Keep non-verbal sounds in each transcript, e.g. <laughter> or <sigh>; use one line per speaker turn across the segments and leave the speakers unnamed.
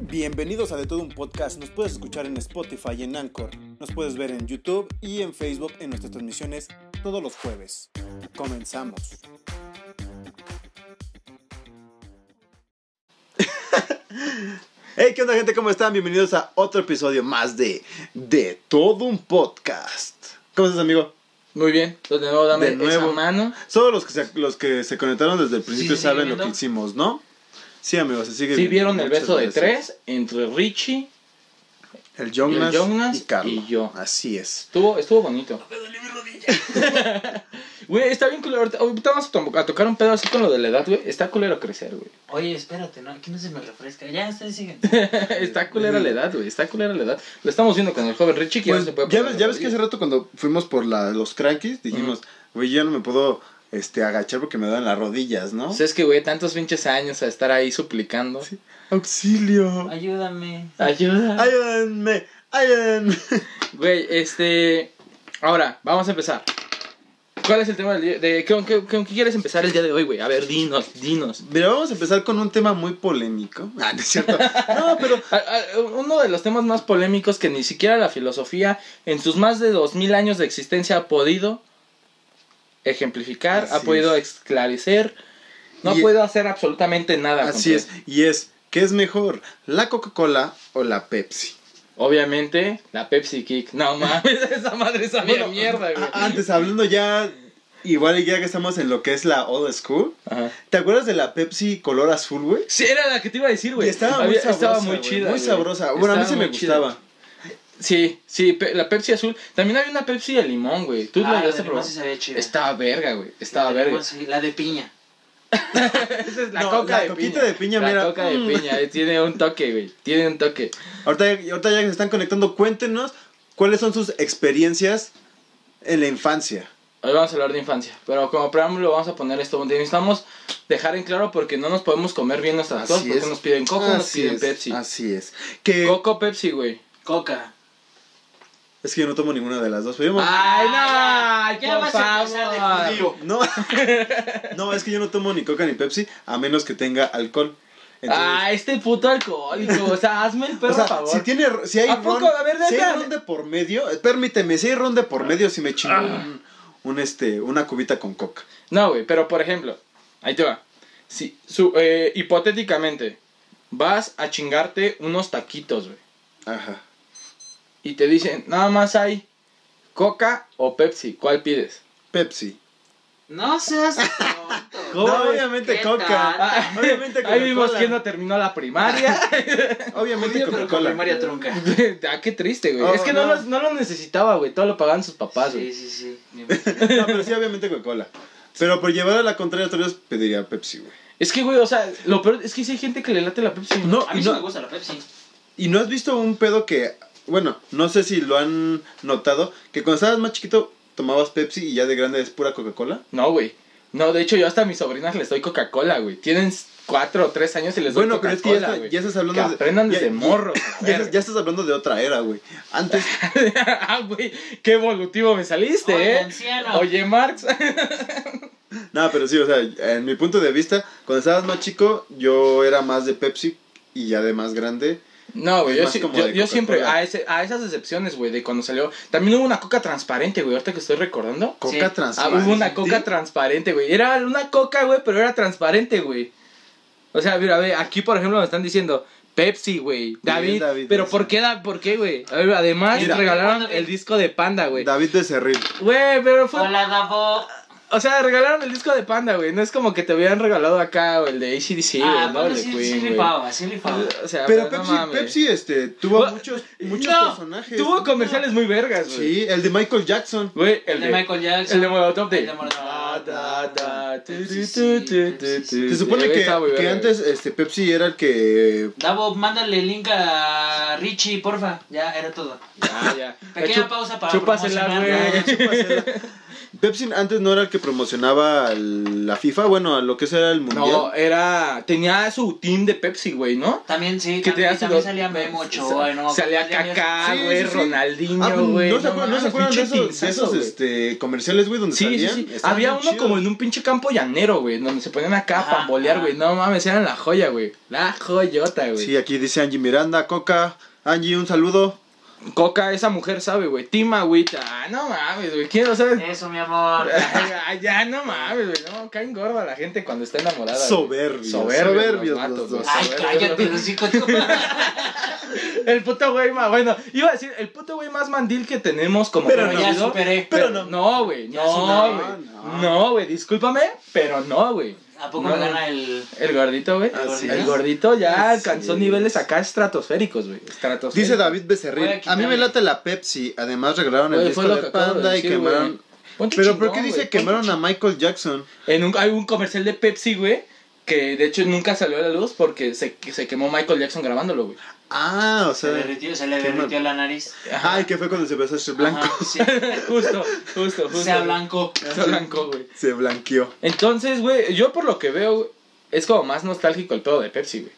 Bienvenidos a De Todo Un Podcast. Nos puedes escuchar en Spotify, en Anchor. Nos puedes ver en YouTube y en Facebook en nuestras transmisiones todos los jueves. Comenzamos. <laughs> Hey, ¿qué onda, gente? ¿Cómo están? Bienvenidos a otro episodio más de De Todo Un Podcast. ¿Cómo estás, amigo?
Muy bien, entonces de nuevo dame
De nuevo.
esa mano.
Solo los que se, los que se conectaron desde el principio
sí, sigue
saben lo que
viendo.
hicimos, ¿no? Sí, amigos, se sigue
Sí
viendo.
vieron el
Muchas
beso de
gracias.
tres entre Richie,
El Jonas,
El Jonas
y Carla.
y yo.
Así es.
estuvo, estuvo bonito. <laughs> Güey, está bien culero. Ahorita, ahorita vamos a, to- a tocar un pedo así con lo de la edad, güey. Está culero crecer, güey.
Oye, espérate, no, que no se me refresca. Ya, ustedes siguen.
<laughs> está culera la edad, güey. Está culera la edad. Lo estamos viendo con el joven Richie que ya no
Pues,
se puede
ya,
poner
ves, ya
la
ves que hace
rodilla.
rato cuando fuimos por la, los crankies dijimos, güey, yo ya no me puedo este, agachar porque me dan las rodillas, ¿no?
Pues es que, güey, tantos pinches años a estar ahí suplicando.
Auxilio.
Ayúdame.
Ayuda.
Ayúdenme, ayúdenme.
Güey, este. Ahora, vamos a empezar. ¿Cuál es el tema del día? De, ¿con, qué, con qué quieres empezar el día de hoy, güey? A ver, dinos, dinos.
Mira, vamos a empezar con un tema muy polémico. <laughs> Ah, no es cierto. No, pero
A- a- Uno de los temas más polémicos que ni siquiera la filosofía en sus más de dos mil años de existencia ha podido ejemplificar, ha
Así
podido
es.
esclarecer, no ha
Y-
podido hacer absolutamente nada.
así
contra
es.
eso.
Y es, ¿qué es mejor, la Coca-Cola o la Pepsi?
Obviamente, la Pepsi Kick, no mames, <laughs> esa madre sabía
Bueno,
mierda, güey.
a- Antes, hablando ya, igual ya que estamos en lo que es la old school,
Ajá.
¿te acuerdas de la Pepsi color azul, güey?
Sí, era la que te iba a decir,
Y
güey.
estaba muy
Había-
sabrosa.
estaba muy
güey,
chida.
Muy
güey.
sabrosa. Bueno, a mí
Estaba
sí me
muy chida.
gustaba.
Sí, sí, pe- la Pepsi azul. También había una Pepsi de limón, güey. Tú la
Ah, la
llegaste
de
a probar.
limón sí sabía chida.
Estaba verga, güey.
La
Estaba
de
verga.
limón, Eh, pues, sí, La de piña.
Esa es la
No,
coca
la
de
coquita
piña.
de piña,
la
mira.
coca de
Mm.
piña, eh, tiene un toque, güey. Tiene un toque.
Ahorita, ahorita ya que se están conectando, cuéntenos cuáles son sus experiencias en la infancia.
Hoy vamos a hablar de infancia, pero como preámbulo vamos a poner esto. Necesitamos dejar en claro porque no nos podemos comer bien nuestras
Así
cosas, porque
es.
nos piden coco, nos
Así
piden
es,
Pepsi.
Así es. Que
Coco, Pepsi, güey.
Coca.
es que yo no tomo ninguna de las dos, pero yo me-
Ay,
Ah,
no,
ya
por
vas a empezar de
favor.
judío.
<laughs>
no. no, es que yo no tomo ni Coca ni Pepsi a menos que tenga alcohol. Entonces,
Ah, este puto alcohólico, o sea, hazme el perro,
o sea,
por favor.
si tiene si hay
¿A poco?
ron-
A ver,
si hay
deja- Ah.
ron de por medio, eh, permíteme, si hay ron de por medio si me chingo un, un, este una cubita con Coca.
No, güey, pero por ejemplo, ahí te va. Si, su, eh, hipotéticamente, vas a chingarte unos taquitos, güey.
Ajá.
y te dicen, nada más hay Coca o Pepsi, ¿cuál pides?
Pepsi.
No seas tonto.
<laughs> ¿Cómo?
No, obviamente
¿Qué
Coca.
tal?
Ah,
<laughs> obviamente
Ahí vimos
Coca-Cola.
quién no terminó la primaria.
<laughs> Obviamente
Judío, pero con
Coca-Cola.
primaria trunca.
ah, qué triste, güey.
Oh,
es que no,
no.
los- no lo necesitaba, güey. Todo lo pagaban sus papás,
Sí,
güey.
sí, sí. Ni-
No, pero sí, obviamente Coca-Cola. Pero por llevar a la contraria, tal vez pediría Pepsi, güey.
Es que, güey, o sea, lo peor es que sí hay gente que le late la Pepsi. güey.
No,
A mí sí
no.
me gusta la Pepsi.
¿Y no has visto un pedo que, bueno, no sé si lo han notado, que cuando estabas más chiquito tomabas Pepsi y ya de grande es pura Coca-Cola?
No, güey. No, de hecho, yo hasta a mis sobrinas les doy Coca-Cola, güey. Tienen cuatro o tres años y les doy
Bueno, pero es que ya,
Coca-Cola,
está-
güey.
ya estás
Que
hablando
aprendan
ya-
desde
ya-
morro.
<laughs> Ya, estás- ya estás hablando de otra era, güey. Antes,
<laughs> ah, güey, qué evolutivo me saliste,
Oye,
¿eh?
anciano.
Oye, Marx.
nada, pero sí, o sea, en mi punto de vista, cuando estabas más chico, yo era más de Pepsi y ya de más grande.
No, güey,
Es
yo,
más
sí-
como
yo,
de
yo siempre,
Coca-Cola.
a, ese- a esas excepciones, güey, de cuando salió. También hubo una coca transparente, güey, ahorita que estoy recordando.
Coca
Sí.
Ah,
transparente.
hubo una coca transparente, güey. Era una coca, güey, pero era transparente, güey. O sea, mira, ve, aquí por ejemplo me están diciendo Pepsi, güey. David,
David,
pero
sí.
¿por qué, da- por qué, güey? A ver, Además,
Mira.
regalaron el disco de Panda, güey.
David de Cerril.
Güey, pero fue.
Hola, Davo.
O sea, regalaron el disco de Panda, güey. No es como que te hubieran regalado acá o el de ACDC, güey,
ah,
¿no?
bueno,
El de
sí,
Queen,
sí
güey.
rifaba, sí rifaba.
O sea,
Pero
no
Pepsi,
mames.
Pepsi este, tuvo
Bu-
muchos, muchos
No,
personajes.
Tuvo comerciales muy vergas, güey.
Sí, el de Michael Jackson.
Güey, el,
El de
de-
Michael Jackson.
El de Molotov de.
El de
Ah,
Molotov.
Da, da, tu, tu,
Sí,
tu,
sí,
tu,
sí,
tu,
sí.
tu.
Se supone
Sí,
que,
está muy
que
verga,
antes este, Pepsi era el
<laughs>
que...
Davo, mándale el link a Richie, porfa. Ya, era todo.
güey. Ah, Ya, ya.
Pequeña
Chup-
pausa para
chúpasela,
Ah,
promocionar.
güey.
Chúpasela. Pepsi antes no era el que promocionaba al- la FIFA, bueno, a lo que eso era el mundial.
No, era. Tenía su team de Pepsi, güey, ¿no?
También sí,
Que
también,
tenía su-
también salía Memo Ochoa,
sa-
¿no?
Salía Kaká,
Sí, sí,
güey,
sí. Ah,
Ronaldinho, güey.
¿No se acuerdan, no se
mames,
acuerdan de
pinche
esos, de
teamzazo,
esos,
güey.
este, comerciales, güey, donde
Sí, sí,
salían?
sí.
Estaban
Había
bien
uno
chidos.
como en un pinche campo llanero, güey, donde se ponían acá
Ajá,
a pambolear,
ajá.
güey. No mames, eran la joya, güey. La joyota, güey.
Sí, aquí dice Angie Miranda, Coca. Angie, un saludo.
Coca, esa mujer sabe, güey. Team Agüita. Ah, no mames, güey. ¿Quién lo sabe?
Eso,
<laughs>
mi amor.
Ah, ya, no mames, güey. No, caen gorda la gente cuando está enamorada. güey.
Soberbios,
Soberbios.
soberbios
los
los
vatos,
dos.
güey.
Ay, cállate, los hijos. tú.
El puto güey más. Bueno, iba a decir, el puto güey más mandil que tenemos como
Pero
Pero ya
conocido,
superé.
Pero
pero
no.
No, güey.
Ya
No,
superé.
güey.
No, no.
No, güey. Discúlpame, pero no, güey.
¿A poco
No.
me gana el...?
El gordito, güey.
Así
el
es.
gordito ya
Así
alcanzó
es.
niveles acá estratosféricos, güey. Estratosféricos.
Ah, Dice David
Voy
Becerril, a
a
mí me
quitarle.
late la Pepsi, además regalaron el
Güey,
disco
fue lo
de
que acabo de
Panda
decir,
y quemaron...
güey. Ponte
Pero
chingón,
¿por qué dice
güey,
quemaron
ponte
a Michael Jackson?
En un, hay un comercial de Pepsi, güey, que de hecho nunca salió a la luz porque se, se quemó Michael Jackson grabándolo, güey.
Ah, o
Se le
sea...
derritió, se le
qué
derritió la nariz.
Ay, que fue cuando se empezó a hacer blanco.
<laughs>
Ajá, sí.
Justo, justo, justo.
Sea
güey.
blanco.
Sea blanco, güey.
<laughs> Se blanqueó.
Entonces, güey, yo por lo que veo, güey, es como más nostálgico el pedo de Pepsi, güey.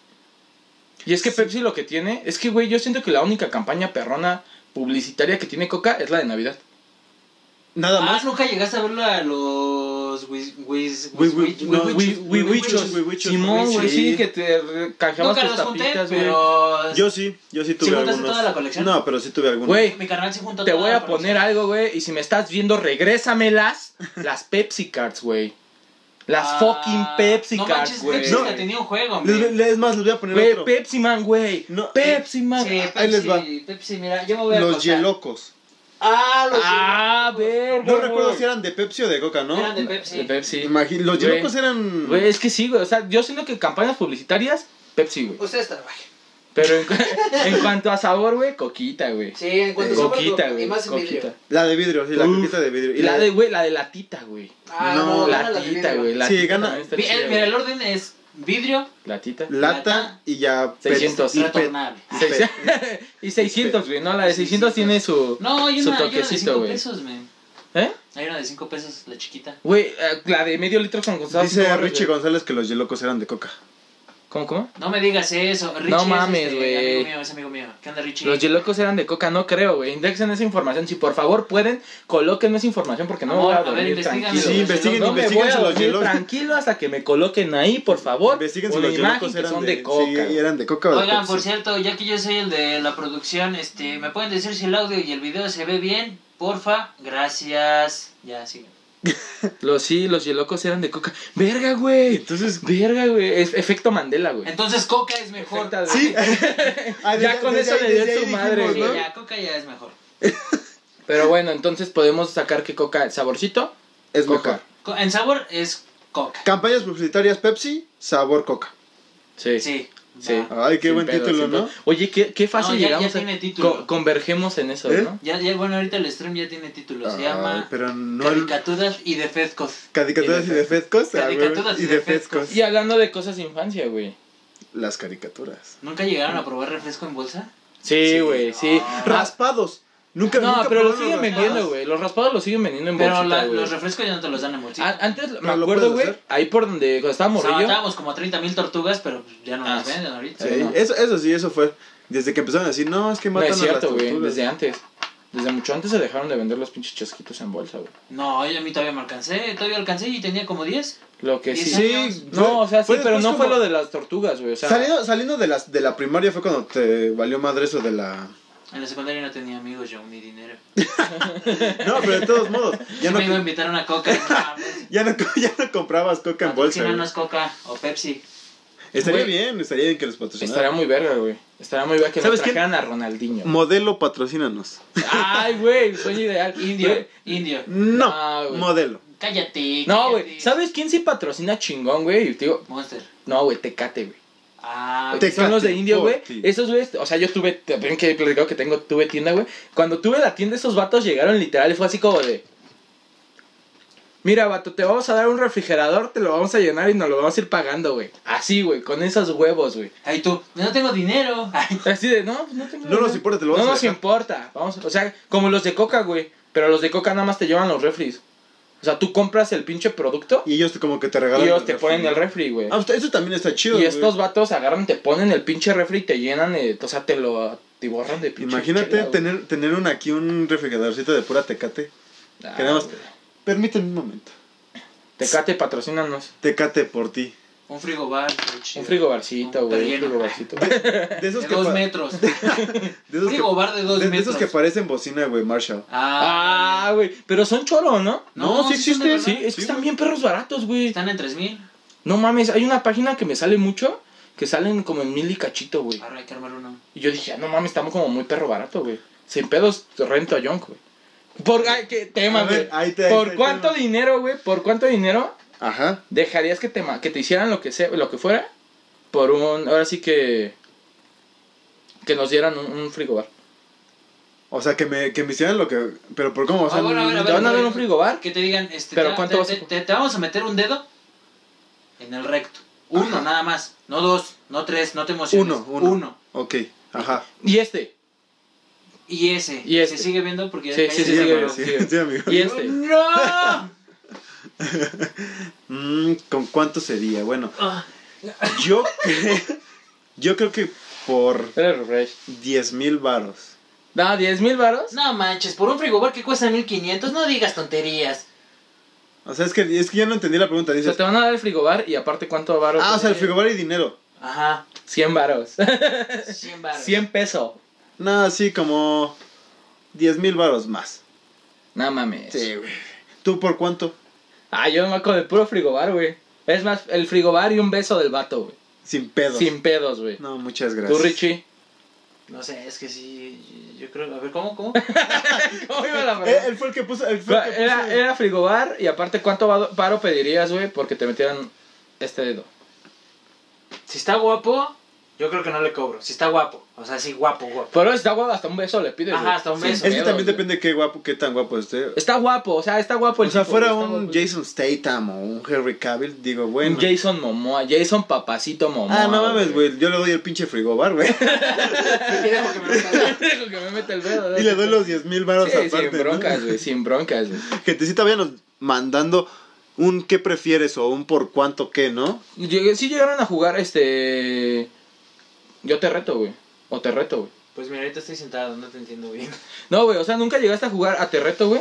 Y es que Pepsi lo que tiene, es que, güey, yo siento que la única campaña perrona publicitaria que tiene Coca es la de Navidad.
Nada
Ah,
más.
nunca llegaste a verlo a los... Wis- wis-
Wi-
wis-
wi-
wis-
no, wi-
wis- wis-
wiwichos.
wis-
Wiwichos,
Simón, güey,
wiwichos.
sí, que te re- canjeabas
Nunca
tus
los junté,
tapitas, güey.
pero...
pues,
Yo sí, yo sí tuve
¿Sí juntaste
algunos.
toda la colección?
No, pero sí tuve algunos.
Güey,
Mi carnal se juntó
Te
toda
voy
la
a poner
colección.
algo, güey, y si me estás viendo, regrésamelas.
<laughs>
Las Pepsi Cards, güey. Las
Ah,
fucking Pepsi
No
Cards,
manches,
güey.
Pepsi
No.
hasta tenía un juego,
Les-
hombre.
les- es más, les voy a poner
Güey,
otro.
Pepsi Man, güey.
No,
Pepsi Man.
eh, Sí, Pepsi,
ahí les va.
Pepsi, mira, yo me voy a
Los
acostar.
Yelocos.
Ah, los
Ah, ver,
No recuerdo si eran de Pepsi o de Coca, ¿no?
Eran de Pepsi.
De Pepsi.
Imagin- los
Güey.
Yelocos eran.
Güey, es que sí, güey. O sea, yo siento que campañas publicitarias, Pepsi,
Pues
güey.
Ustedes trabajen.
Pero en, <laughs> en cuanto a sabor, güey, coquita, güey.
Sí, en cuanto a sabor,
Eh, Coquita,
co-
güey.
y más en
Coquita.
vidrio.
La de vidrio, sí, la
Uf.
coquita de vidrio.
Y la de, güey, la de latita, güey.
Ah,
No,
no, gana la de
Latita,
vidrio.
güey.
Sí,
latita
gana-
también está
Vi-
chida,
eh, mira,
güey.
el orden es vidrio,
Latita.
Lata y ya. pe-
600.
y pe-
retornable.
y pe-
Seis- <laughs> y 600, güey. No, la de 600 tiene su,
No, hay
su
una, hay una de
toquecito,
5
güey.
pesos, man.
¿Eh?
Hay una de 5 pesos, la chiquita.
Güey, eh, la de medio litro con conservas cinco
Dice
barras,
Richie
güey.
González que los Yelocos eran de Coca.
¿Cómo, cómo?
No me digas eso. Richie
No
es,
mames,
este,
güey.
Amigo mío, es amigo mío. ¿Qué onda, Richie?
Los yelocos eran de coca, no creo, güey. Indexen esa información. Si por favor pueden, coloquen esa información porque no me
Amor,
voy a
a ver,
dormir
investígame
Y
tranquilo.
sí,
los
investiguen,
no me voy
investiguen
a
si los
dormir
Yelocos.
tranquilo hasta que me coloquen ahí, por favor.
Investiguen si
una
los
imagen
Yelocos
que son
eran
de, coca.
Sí,
güey.
eran de Coca o de
Oigan, por
Pepsi.
cierto, ya que yo soy el de la producción, este, ¿me pueden decir si el audio y el video se ve bien? Porfa, gracias. Ya, sigue.
Los sí, los yelocos eran de coca. Verga, güey.
Entonces.
Verga, güey. Es- efecto Mandela, güey.
Entonces, Coca es mejor.
Efecto-
Sí. Ah,
Ya
desde-
con
desde
eso
ahí-
le dio
desde
su
ahí
madre,
dijimos,
Sí,
¿no?
ya, Coca ya es mejor.
Pero bueno, entonces podemos sacar que coca, saborcito,
Es
Coca.
Coca.
Co- En sabor es Coca.
Campañas publicitarias Pepsi, sabor Coca.
Sí.
Sí.
Sí.
va.
Ay, qué
Sin
buen
pedo,
título,
sin
¿no?
pedo. Oye, qué, qué fácil
No, ya-
llegamos.
ya
a-
tiene título.
co- convergemos en eso,
¿Eh?
¿no?
Ya, ya, bueno, ahorita el stream ya tiene título. Se
Ay,
llama
Pero no el-
Caricaturas y Defezcos.
Caricaturas y de Fedcos. ah, güey,
Caricaturas y
Y de
de
Fedcos.
Y hablando de cosas de infancia, güey.
Las caricaturas.
¿Nunca llegaron a probar refresco en bolsa?
Sí, güey, sí.
Ah,
Rasp-
Raspados. Nunca
Ah. no,
nunca
pero lo
probaron los
siguen vendiendo,
raspados.
güey. Los raspados los siguen vendiendo en
Pero
bolsita,
la-
güey. Ah,
los refrescos ya no te los dan en bolsita.
A- Antes me
lo
acuerdo,
puedes
güey,
hacer.
ahí por donde cuando estaba
O sea,
morrillo.
matábamos como 30 mil tortugas, pero pues, ya no
Ah,
las
sí.
venden ahorita.
Sí,
No.
eso, eso sí, eso fue. Desde que empezaron a decir, no, es que
No
matan
es cierto,
a las
güey,
tortugas.
desde antes. Desde mucho antes se dejaron de vender los pinches chasquitos en bolsa, güey.
No, yo a mí todavía me alcancé, todavía alcancé y tenía como 10.
Lo que
Y
sí.
sí,
Sí,
No, o sea, sí,
fue
pero
después
no fue
como-
lo de las tortugas, güey. O sea,
saliendo saliendo de, las, de la primaria fue cuando te valió madre eso de la...
En la secundaria no tenía amigos yo ni dinero.
No, pero de todos modos, ya
Yo
no,
me iba a invitar
<laughs>
una coca. no pues,
em-
mames.
ya no, <laughs> ya no comprabas coca en bolsa.
Patrocínanos
güey.
coca o Pepsi.
Estaría
Güey.
bien, estaría bien que los
estaría
patrocinaran.
muy verga, güey. Estaría muy verga que nos
¿Sabes quién?
trajeran a Ronaldinho.
Modelo, patrocínanos.
Ay, güey, sueño ideal.
Indio,
Güey,
indio.
No,
Ah, güey.
modelo.
Cállate.
No,
cállate.
güey. ¿Sabes quién sí patrocina chingón, güey? Y te digo,
Monster.
no, güey, Tecate, güey.
Ah,
Te-
Son los de
Tecate,
indio, güey.
Forti.
Esos, güey, o sea, yo tuve, también que he platicado que tengo, tuve tienda, güey. Cuando tuve la tienda, esos vatos llegaron literal y fue así como de... Mira, vato, te vamos a dar un refrigerador, te lo vamos a llenar y nos lo vamos a ir pagando, güey. Así, güey, con esos huevos, güey.
ahí tú. No tengo dinero. Ay,
Así de, no, pues no tengo
No nos
dinero".
importa, te lo vamos
No
a
nos
dejar.
importa. Vamos, o sea, como los de Coca, güey. Pero los de Coca nada más te llevan los refris. O sea, tú compras el pinche producto
Y ellos te- como que te
y
regalan.
ellos te
refri,
ponen el
güey.
refri, güey.
Ah, está- eso también está chido.
Y
güey.
estos vatos agarran, te ponen el pinche refri y te llenan, eh, o sea, te lo te borran de pinche.
Imagínate
chela, güey.
tener, tener un, aquí un refrigeradorcito de pura tecate.
Ah,
que nada más-
güey.
Permíteme un momento.
Tecate, patrocínanos.
Tecate por ti.
Un frigobar. qué chido.
Un frigobarcito, güey. Un
<laughs>
Relleno.
frigobarcito.
De esos
De
que,
dos
pa-
<laughs>
metros.
de
Un
esos que,
frigobar de dos
de- de
metros.
esos que parecen bocina, güey, Marshall.
Ah, güey. Pero son choro, ¿no?
No, sí
son de
existe,
Sí,
verdad.
es
Sí,
que están
güey.
bien perros baratos, güey.
Están en 3000.
No mames, hay una página que me sale mucho que salen como en mil y cachito, güey.
Ahora hay que armar uno.
Y yo dije, ah, no mames, estamos como muy perro barato, güey. Sin pedos, rento a Young, güey. Por, ay, qué tema,
A ver,
güey.
ahí te- ahí
¿Por
te-
cuánto
ahí
dinero, güey? ¿Por cuánto dinero
Ajá.
dejarías que te, ma- que te hicieran lo que, sea, lo que fuera por un... Ahora sí que... Que nos dieran un, un frigobar.
O sea, que me, que me hicieran lo que. Pero por cómo, o sea,
Ah, bueno, a ver, a
¿Te van a dar
ver.
un frigobar?
Que te digan, este,
Pero
te,
¿cuánto
te-
vas a-
te- te- te vamos a meter un dedo en el recto. Uno
Ajá.
nada más, no dos, no tres, no te emociones.
Uno, uno. Ok, ajá.
Y este.
Y ese,
Y este.
se sigue viendo porque
Sí,
ahí
sí,
se
sí,
Sí,
sigue,
amigo,
paró.
sí,
sigue.
sí, amigo.
Y este.
¡No!
Mm, ¿Con cuánto sería? Bueno,
Ah,
yo creo. Yo creo que por
Dale refresh.
10 mil varos.
No, 10 mil varos.
No manches, por un frigobar que cuesta 1500, no digas tonterías.
O sea, es que, es que ya no entendí la pregunta.
O sea,
Dices,
te van a dar el frigobar y aparte cuánto varos.
ah, o sea, el frigobar y dinero.
Ajá,
100 varos. <laughs>
100 baros.
100 pesos.
No, sí, como 10 mil varos más.
No mames.
güey. ¿Tú por cuánto?
Ah, yo me marco de puro frigobar, güey. Es más, el frigobar y un beso del vato, güey.
Sin pedos.
Sin pedos, güey.
No, muchas gracias.
Tú, Richie.
No sé, es que sí, yo creo, a ver, ¿cómo, cómo?
¿Cómo iba <laughs> la
Eh,
verdad?
él fue el que puso. Él fue el que
Era,
puso-
era frigobar y aparte cuánto vado- varo pedirías, güey, porque te metieran este dedo.
Si está guapo, yo creo que no le cobro. Si está guapo, o sea, sí, guapo, guapo.
Pero está guapo, hasta un beso le pides.
Ajá,
güey.
hasta un
Sin
beso.
Es que
pedos,
también
güey.
depende qué guapo, qué tan guapo esté.
Está guapo, o sea, está guapo el
O sea,
tipo,
fuera
güey, está
un
guapo.
Jason Statham o un Henry Cavill, digo, bueno.
Un Jason Momoa, Jason Papacito Momoa.
ah, no mames, güey. Yo le doy el pinche frigobar,
<laughs>
güey.
Dejo que me lo pague.
Dejo que me meta el dedo. ¿no?
y le doy los 10 mil baros
Sí,
aparte.
sin
¿no? <laughs>
broncas, güey, sin broncas, güey.
Gentecita, váyanos mandando un qué prefieres o un por cuánto qué, ¿no?
Llegué- sí llegaron a jugar, este... Yo te reto, güey. O te reto, güey.
Pues mira, ahorita estoy sentado, no te entiendo bien.
No, güey, o sea, nunca llegaste a jugar a te reto, güey.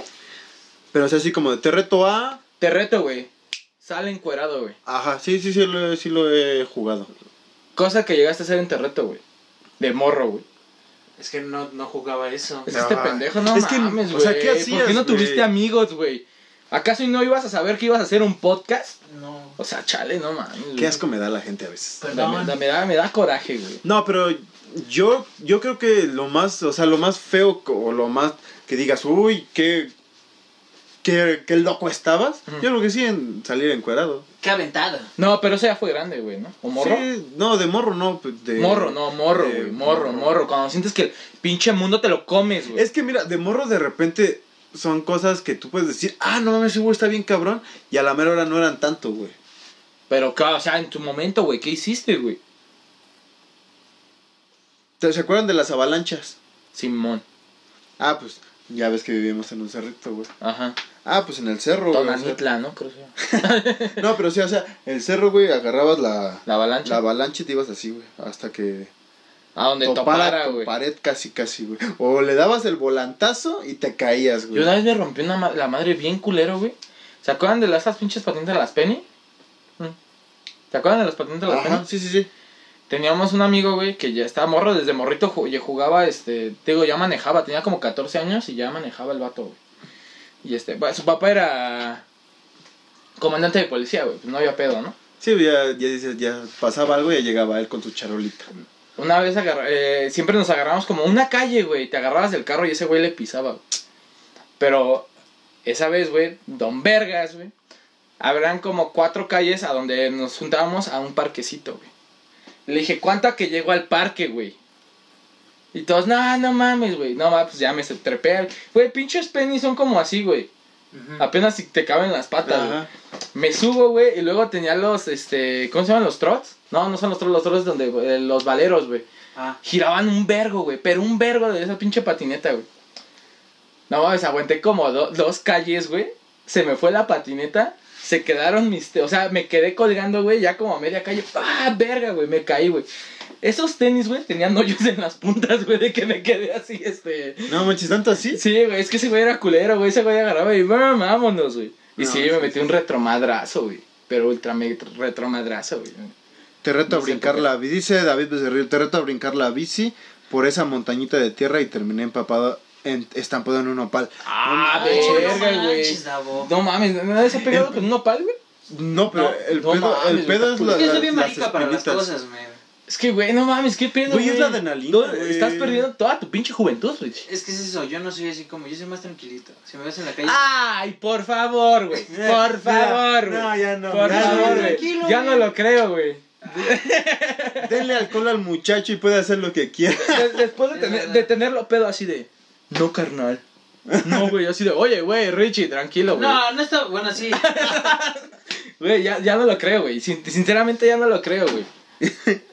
Pero o sea, así como de te reto a.
Te reto, güey. Sale encuerado, güey.
Ajá, sí, sí, sí lo, he- sí lo he jugado.
Cosa que llegaste a hacer en te reto, güey. De morro, güey.
Es que no, no jugaba eso.
Es este
Ay.
pendejo, no
Ah. Es que,
mames,
o
güey.
sea, ¿qué hacías,
¿Por qué no
güey?
tuviste amigos, güey? ¿Acaso no ibas a saber que ibas a hacer un podcast?
No.
O sea, chale, no mames.
Qué
güey.
asco me da la gente a veces.
Da- Me, da, me da- me da coraje, güey.
No, pero yo, yo creo que lo más, o sea, lo más feo co- o lo más que digas, uy, qué, qué, qué loco estabas.
Ujú.
Yo creo que sí, en salir encuerado.
Qué aventada.
No, pero eso ya fue grande, güey, ¿no? ¿O morro?
Sí, no, de morro no. pues, De,
morro, no, morro,
de
güey. Morro, morro, Cuando sientes que el pinche mundo te lo comes, güey.
Es que mira, de morro de repente son cosas que tú puedes decir, ah, no mames, ese güey está bien cabrón. Y a la mera hora no eran tanto, güey.
Pero, claro, o sea, en tu momento, güey, ¿qué hiciste, güey?
¿Te se acuerdan de las avalanchas?
Simón.
Ah, pues ya ves que vivimos en un cerrito, güey.
Ajá.
Ah, pues en el cerro, güey. o sea.
Tonanitla, ¿no? Creo que era.
<laughs> no, pero sí, o sea, el cerro, güey, agarrabas la,
La avalancha.
la avalancha y te ibas así, güey. Hasta que
A donde topara,
tu
güey.
pared casi, casi, güey. O le dabas el volantazo y te caías,
Yo
güey.
una vez me rompí una ma- la madre bien culero, güey. ¿Se acuerdan de las- esas pinches patentes de las Penny? Mm. ¿Se acuerdan de las patentes de las Penny?
Ajá, sí, sí, sí.
Teníamos un amigo, güey, que ya estaba morro, desde morrito ju- ya jugaba, este, te digo, ya manejaba, tenía como 14 años y ya manejaba el vato, güey. Y este, pa- su papá era comandante de policía, güey, pues no había pedo, ¿no?
Sí, ya, ya dices, ya pasaba algo y ya llegaba él con su charolita.
Una vez agarra- eh, siempre nos agarramos como una calle, güey, te agarrabas del carro y ese güey le pisaba, güey. Pero esa vez, güey, don vergas, güey, habrán como cuatro calles a donde nos juntábamos a un parquecito, güey. Le dije, ¿cuánta que llego al parque, güey? Y todos, no, no mames, güey. No, mames, pues ya me se trepé. Güey, pinches pennies son como así, güey. Apenas si te caben las patas, güey.
Ajá.
Me subo, güey, y luego tenía los, este, ¿cómo se llaman los trots? No, no son los trots, los trots donde, eh, los valeros, güey.
Ah,
Giraban un vergo, güey, pero un vergo de esa pinche patineta, güey. No mames, aguanté como do- dos calles, güey. se me fue la patineta, se quedaron mis... te- o sea, me quedé colgando, güey, ya como a media calle. ¡Ah, verga, güey! Me caí, güey. Esos tenis, güey, tenían hoyos en las puntas, güey, de que me quedé así, este...
No manches, tanto así.
Sí, güey, es que ese güey era culero, güey. Ese güey agarraba y "Va, vámonos, güey. Y
No,
sí,
sí,
me metí un retromadrazo, güey. Pero ultra me- retromadrazo, güey.
Te reto a
No sé
brincar
por qué.
la bici. Dice David Becerril, te reto a brincar la bici por esa montañita de tierra y terminé empapado, en- estampado en un opal.
Ah,
Ay, no
verga, güey.
manches, Davo.
No mames, ¿no se ha pegado con un nopal, güey?
No, pero
No,
el,
no
pedo,
mames,
el pedo
güey,
es
está
la,
Es que soy
las,
bien
las
marica para las
espinitas.
cosas, man.
Es que, güey, no mames, qué pedo,
Güey,
güey.
es la adrenalina,
No,
güey.
Estás perdiendo toda tu pinche juventud, güey.
Es que es eso, yo no soy así como, yo soy más tranquilito. Si me ves en la calle,
Ay, por favor, güey.
Eh,
Por
no,
favor, güey.
No, ya no.
Por
ya no,
favor,
güey.
güey.
Tranquilo,
Ya no
güey.
lo creo, güey.
Denle alcohol al muchacho y puede hacer lo que quiera.
De- después
<laughs>
de,
Es
tener,
verdad.
de tenerlo pedo así de, no, carnal. No, güey, así de, oye, güey, Richie, tranquilo, güey.
No, no está. Bueno, sí.
Güey, ya, ya no lo creo, güey. Sin- sinceramente ya no lo creo, güey.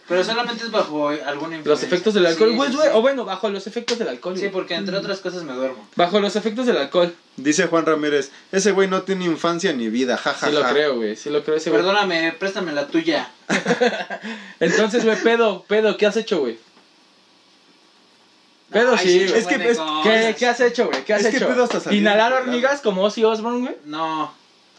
Pero solamente es bajo alguna influencia.
Los efectos del alcohol,
Sí,
güey,
sí,
güey.
sí.
O bueno, bajo los efectos del alcohol.
Sí,
güey.
porque entre otras cosas me duermo.
Bajo los efectos del alcohol.
Dice Juan Ramírez, ese güey no tiene infancia ni vida, jajaja.
Sí lo creo, güey. Sí lo creo ese güey.
Perdóname, préstame la tuya.
Entonces, güey, pedo, pedo, ¿qué has hecho, güey? Pedo,
Ay,
sí, güey.
se
Es que
puede
es-
con-
¿Qué, ¿Qué has hecho, güey? ¿Qué has
Es que
hecho?
pedo hasta salir del
¿Inhalar
programa.
hormigas como Ozzy Osbourne, güey? <laughs>
No.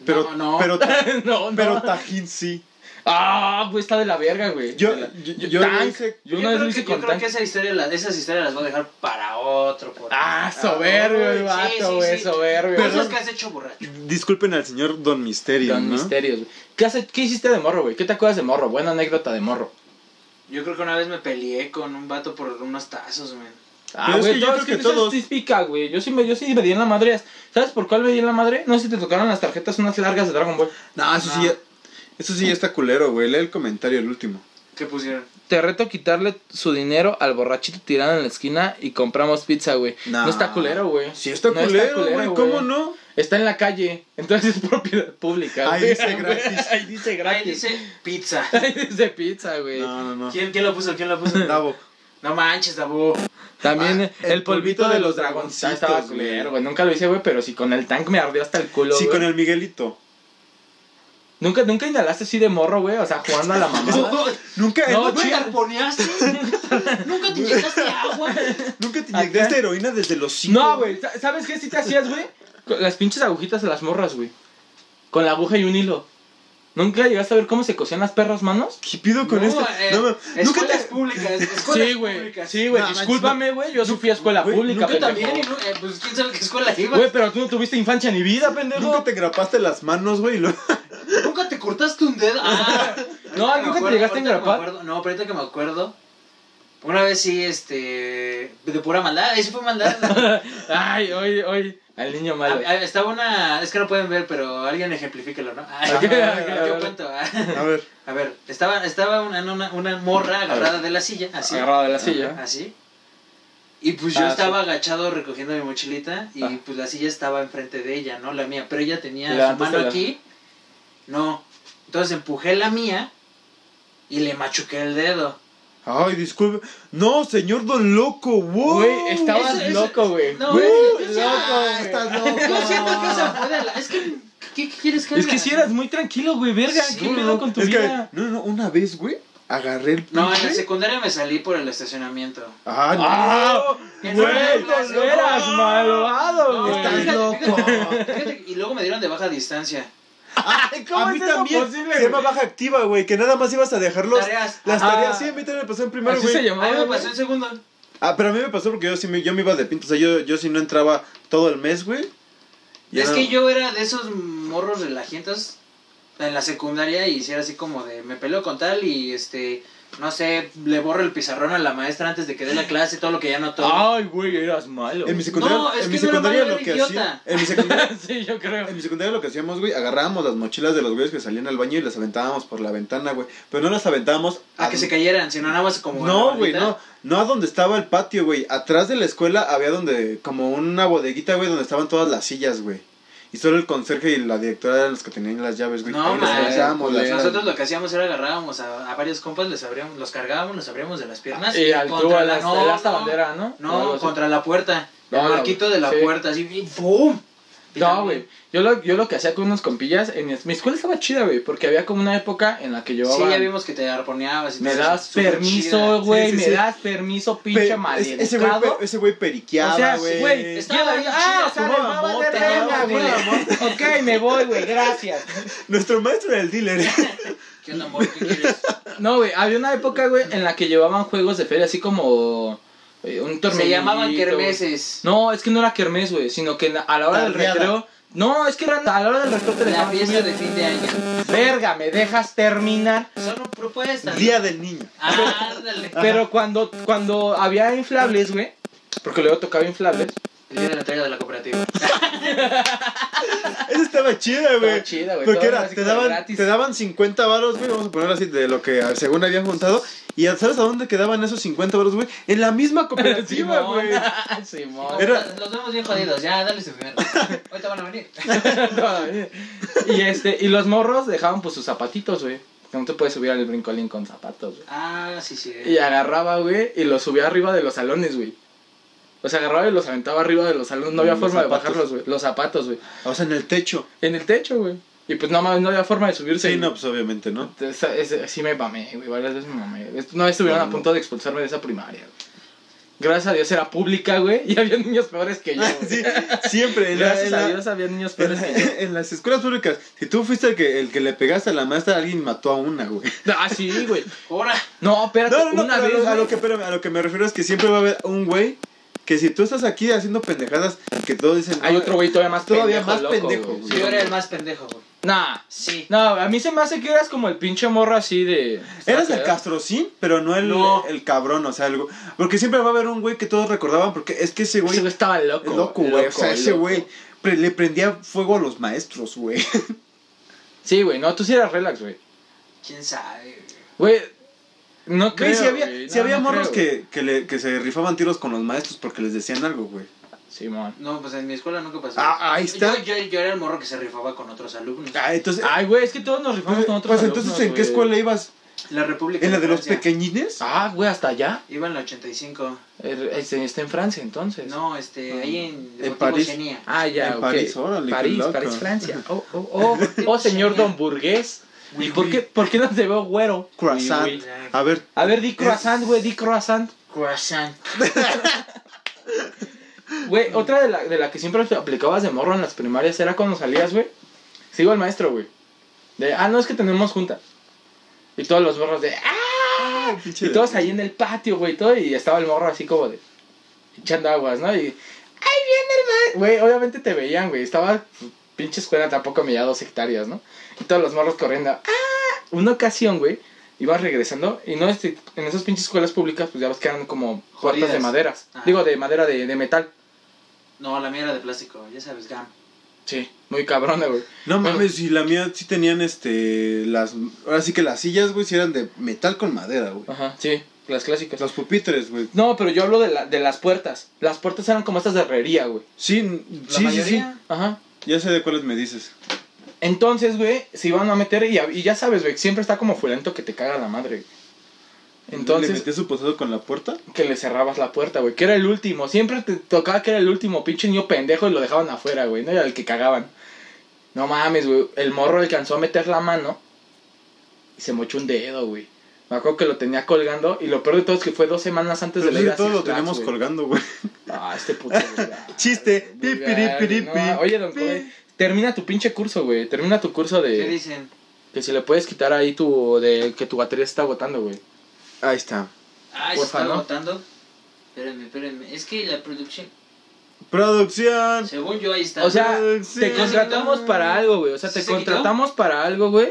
Pero,
no, no.
pero, ta-
no, no.
pero Tajín sí.
Ah, güey, está de la verga, güey.
Yo-
De la-
yo- yo lo
Tank.
hice-
Yo
yo
una vez
creo,
lo
que,
hice
yo
con
creo
Tank.
que esa historia, la- esas historias las voy a dejar para otro. Porque...
Ah, soberbio, el
Ay, sí,
vato,
sí,
güey,
sí.
soberbio.
Cosas
Perdón.
que has hecho borracho.
Disculpen al señor Don Misterio,
Con
¿no?
misterios, güey. ¿Qué, hace- ¿Qué hiciste de morro, güey? ¿Qué te acuerdas de morro? Buena anécdota de morro.
Yo creo que una vez me peleé con un vato por unos tazos, man.
Ah,
Pero es
güey,
que yo
todo,
creo
es
que
que eso es
todos-
típica, güey. Yo sí, me, yo sí me di en la madre. ¿Sabes por cuál me di en la madre? No sé si te tocaron las tarjetas unas largas de Dragon Ball.
No, eso
Ah.
sí,
No.
ya- eso sí ya está culero, güey. Lee el comentario, el último.
¿Qué pusieron?
Te reto a quitarle su dinero al borrachito tirado en la esquina y compramos pizza, güey. No,
No.
está culero, güey.
Sí está
No
culero, güey. ¿Cómo no?
Está en la calle, entonces es propiedad pública.
Ahí
güey.
dice gratis.
<laughs> Ahí dice
Ahí
gratis.
dice pizza.
<laughs> Ahí dice pizza, güey.
No, no, no.
¿Quién, ¿Quién lo puso? ¿Quién lo puso?
Davo.
No manches, Dabo.
También
Ah,
el,
el
polvito, de los dragoncitos.
dragoncitos,
Estaba
güey.
culero, güey. Nunca lo hice, güey, pero si con el tank me ardió hasta el culo,
Sí,
güey.
con el Miguelito.
¿Nunca, nunca inhalaste así de morro, güey. O sea, jugando a
<laughs>
la mamada.
Nunca, eh,
No,
nunca-
güey. <laughs>
¿Carboneaste? ¿Nunca te inyectaste agua?
nunca te
Acá.
inyectaste esta heroína desde los cinco.
no, güey. sa- ¿Sabes qué sí te hacías, güey? Con Las pinches agujitas de las morras, güey. Con la aguja y un hilo. ¿Nunca llegaste a ver cómo se cosían las perras manos?
¿Qué pido con esto?
este,
eh,
No, no, nunca
escuelas
te...
públicas, escuelas
<laughs> Sí, güey.
públicas.
Sí, güey.
No,
Discúlpame, güey. Yo sí fui a escuela
güey,
pública,
nunca
Yo
pendejo.
también, ¿no? Eh, pues quién sabe qué escuela iba.
Güey, pero tú no tuviste infancia ni vida, pendejo.
Nunca te grapaste las manos, güey. y luego-
¿Nunca te cortaste un dedo? Ah,
No,
ahorita
¿nunca
me
te llegaste a
ahorita que me
engrapar?
acuerdo- No, pero ahorita que me acuerdo. Una vez sí, este. De pura maldad. Eso fue maldad.
Ay, hoy, hoy. Al niño
Ah,
malo.
ah, Estaba una. Es que no pueden ver, pero alguien
<laughs>
ejemplifíquelo, ¿no? Ah,
Ok, ok,
<laughs> yo
ok.
cuento. ah.
<laughs> A ver.
A ver, estaba, estaba una, una, una morra agarrada de la silla, así.
Agarrado de la silla.
Así. Y pues yo
Ah,
estaba agachado recogiendo mi mochilita y
Ah.
pues la silla estaba enfrente de ella, ¿no? La mía, pero ella tenía
Y
su
levantaste
mano
la-
aquí. No. Entonces empujé la mía y le machuqué el dedo.
Ay, disculpe. No, señor Don Loco, wow.
Güey, estabas
Eso- eso-
loco, güey.
no,
Güey,
es que-
loco,
Ah,
güey.
estás loco.
Yo siento que esa fue de la... Es que... ¿Qué, qué quieres que
Es
haga?
que si eras muy tranquilo, güey, verga,
Sí,
¿qué
no,
pedo con tu
Es que,
vida?
no, no, una vez, güey, agarré el
No, en
pinche-
la secundaria me salí por el estacionamiento.
Ah, no.
¡Ah!
En
Güey,
la-
no eras malvado,
No,
güey.
estás
fíjate,
loco.
Fíjate que- Y luego me dieron de baja distancia.
¿Cómo
a
es
mí
eso
también
posible,
se llama
güey?
baja activa, güey, que nada más ibas a dejarlos
Tareas.
las
Ah.
tareas sí, a mí también me pasó en primero,
Así se
güey.
A mí
llamaba,
me
güey.
pasó en segundo.
Ah, pero a mí me pasó porque yo sí me, yo me iba de pinto, o sea, yo, yo sí no entraba todo el mes, güey. Ya
es
no-
que yo era de esos morros relajientos en la secundaria y hiciera así como de me peleo con tal y este no sé, le borro el pizarrón a la maestra antes de que dé la clase, todo lo que ya notó.
Ah.
Ay, güey, eras
<laughs>
malo.
en mi secundaria,
No,
en
es que
mi
no era
secundaria
malo,
lo que
era
hacía,
idiota.
en mi
<laughs>
secundaria
sí, yo creo.
En mi secundaria lo que hacíamos, güey, agarrábamos las mochilas de los güeyes que salían al baño y las aventábamos por la ventana, güey. Pero no las aventábamos
a que se cayeran, sino nada más como
No, güey,
ahorita.
no. No a donde estaba el patio, güey. Atrás de la escuela había donde, como una bodeguita, güey, donde estaban todas las sillas, güey. Y solo el conserje y la directora eran los que tenían las llaves, güey.
No,
Ahí las
man.
aventábamos, las-
Culero.
Nosotros lo que hacíamos era agarrábamos a, a varios compas, les abríamos, los cargábamos, los abríamos de las
Ah,
piernas
eh,
Y al tubo, al hasta- el hasta
no,
bandera, ¿no? O algo
No,
así.
contra la puerta.
No,
el
la-
marquito de la
sí.
puerta, así, y ¡pum! Y
No,
también-
güey. Yo lo, yo lo que hacía con unos compillas, en mi, mi escuela estaba chida, güey, porque había como una época en la que yo...
Sí, ya vimos que te arponeabas. y
Me
te-
das
súper chida.
permiso, güey,
Sí, sí,
me
sí.
das permiso, pinche
Pe-
maleducado.
ese güey pe- ese güey
O sea,
periqueaba, güey.
güey,
Estaba
ya,
bien
ah,
chida,
o sea,
fumaba
les va a valer
mota,
verga, güey. Ok, me voy, güey, gracias.
Nuestro maestro era el
<laughs>
dealer.
¿Qué onda, amor? ¿Qué quieres?
No, güey, había una época, güey, en la que llevaban juegos de feria así como eh, un torneo.
Se llamaban kermeses.
No, es que no era kermés, güey, sino que en la- a la hora
Tardeada.
del recreo. No, es que era a la hora del recreo te
La
dejaban
fiesta
subir.
de fin de año.
Verga, me dejas terminar.
Son propuestas.
Día del niño.
Ah,
<laughs>
ándale.
Pero cuando cuando había inflables, güey, porque luego tocaba inflables.
El día de la entrega de la cooperativa.
Esa estaba chida, güey.
Estaba chida, güey,
Porque
todo
era,
así
te
como
daban,
gratis.
te daban 50 varos, güey, vamos a ponerlo así, de lo que según habían juntado. ¿Y sabes a dónde quedaban esos 50 varos, güey? En la
<laughs>
misma cooperativa,
Simón.
güey.
<laughs> Simón.
Era-
Los vemos bien jodidos. Ya, dale su primero. Ahorita van a venir.
y este, y los morros dejaban pues sus zapatitos, güey. No te puedes subir al brincolín con zapatos, güey.
Ah, sí, sí.
Y agarraba, güey, y los subía arriba de los salones, güey. Los agarraba y los aventaba arriba de los salones. No había
Los
forma
zapatos.
de bajarlos, güey. Los zapatos, güey.
O sea, en el techo.
En el techo, güey. Y pues no mames, no había forma de subirse.
Sí,
güey.
no, pues obviamente, ¿no?
Entonces, ese- sí me mamé, güey. Varias veces me mamé. Una vez estuvieron
No,
a
no.
punto de expulsarme de esa primaria, güey. Gracias a Dios era pública, güey. Y <laughs> había niños peores que yo. güey.
<laughs> Ah, Sí, siempre. En la-
Gracias
en la-
a Dios había niños
en
peores que yo.
la- <laughs> en las escuelas públicas, si tú fuiste el que, el que le pegaste a la maestra, alguien mató a una,
<laughs>
güey. <laughs>
Ah, sí, güey.
Ahora.
No, espérate,
No, no, no,
una
pero a
vez.
lo- a, lo
güey.
que, espérame, a lo que me refiero es que siempre va a haber un güey que si tú estás aquí haciendo pendejadas, que todos dicen...
Hay
"No,
otro güey todavía más
Todavía
pendejo,
más
loco,
pendejo,
güey.
güey.
Yo era el más pendejo, güey.
Nah.
Sí.
No, a mí se me hace que eras como el pinche morro así de.
Eras el
¿sabes?
castrocín, pero no el,
No.
el cabrón, o sea, algo. Porque siempre va a haber un güey que todos recordaban, porque es que ese
Ese
güey
güey estaba loco.
es loco, güey. O sea, ese
loco.
güey pre- le prendía fuego a los maestros, güey.
Sí, güey, no, tú sí eras relax, güey.
¿Quién sabe? güey?
Güey, no creo.
Güey, si había,
güey,
si
no,
había
no
morros
creo, güey.
que, que, le- que se rifaban tiros con los maestros porque les decían algo, güey.
Simón.
No, pues en mi escuela nunca pasó.
Ah, ahí está.
Yo, yo, yo era el morro que se rifaba con otros alumnos.
Ah, entonces.
Ay, güey, es que todos nos rifamos
pues,
con otros.
pues, entonces,
alumnos,
¿en qué
güey.
escuela ibas?
La República.
¿En la de los
Francia.
pequeñines?
Ah, güey, hasta allá.
Iba en la 85.
Er- este, Está en Francia, entonces.
No, este, ahí en, Deportivo
París.
Oceanía.
Ah, ya,
En
ok.
París, órale, qué
París,
loco.
París,
<laughs>
Francia. Oh, oh, oh. <laughs> Oh, señor Don Burgués. ¿Y por qué, por qué no te veo güero?
Croissant.
Uy, uy.
A ver,
A ver, di croissant, güey, di croissant.
Croissant.
Güey, otra de la, de la que siempre te aplicabas de morro en las primarias era cuando salías, güey. Sigo al maestro, güey. De, ah, no, es que tenemos junta. Y todos los morros de, ah, y todos ahí en el patio, güey, todo. Y estaba el morro así como de, echando aguas, ¿no? Y, ahí viene el maestro. Güey, obviamente te veían, güey. Estaba, pinche escuela tampoco me dos hectáreas, ¿no? Y todos los morros corriendo, ah. Una ocasión, güey, iba regresando. Y no, este, en esas pinches escuelas públicas, pues ya ves que eran como puertas de
Jodidas.
maderas.
Ah.
Digo, de madera de, de metal.
No, la mía era de plástico, ya sabes, GAM.
Sí, muy cabrona, güey.
No
Bueno.
mames, y la mía sí tenían este. las Ahora sí que las sillas, güey, sí eran de metal con madera, güey.
Ajá, sí, las clásicas.
Los pupitres, güey.
No, pero yo hablo de, la, de las puertas. Las puertas eran como estas de herrería, güey.
Sí, n-
La
sí, sí, sí.
mayoría.
Ajá.
Ya sé de cuáles me dices.
Entonces, güey, se iban a meter y, y ya sabes, güey, siempre está como fulento que te caga la madre. güey.
¿Le
Entonces,
metías su posado con la puerta?
que le cerrabas la puerta, güey, que era el último. Siempre te tocaba que era el último pinche niño pendejo y lo dejaban afuera, güey, no era el que cagaban. No mames, güey, el morro alcanzó a meter la mano y se mochó un dedo, güey. Me acuerdo que lo tenía colgando y lo peor de todo es que fue dos semanas antes
Pero
de la
sí, todo lo tenemos colgando, güey.
Ah, este
<laughs>
puto. vulgar,
Chiste.
vulgar,
Pipiripiripi.
no, oye, don
Pi.
Coe, termina tu pinche curso, güey. Termina tu curso
¿Qué
de
dicen?
que si le puedes quitar ahí tu de que tu batería se está agotando, güey.
Ahí está.
Ay,
Porfa,
se está
¿no?
agotando. Espérenme, espérenme. Es que la producción,
Producción.
según yo, ahí está.
O sea,
Sí.
te contratamos para algo, güey. O sea,
¿Sí
te
se quitó?
contratamos para algo, güey.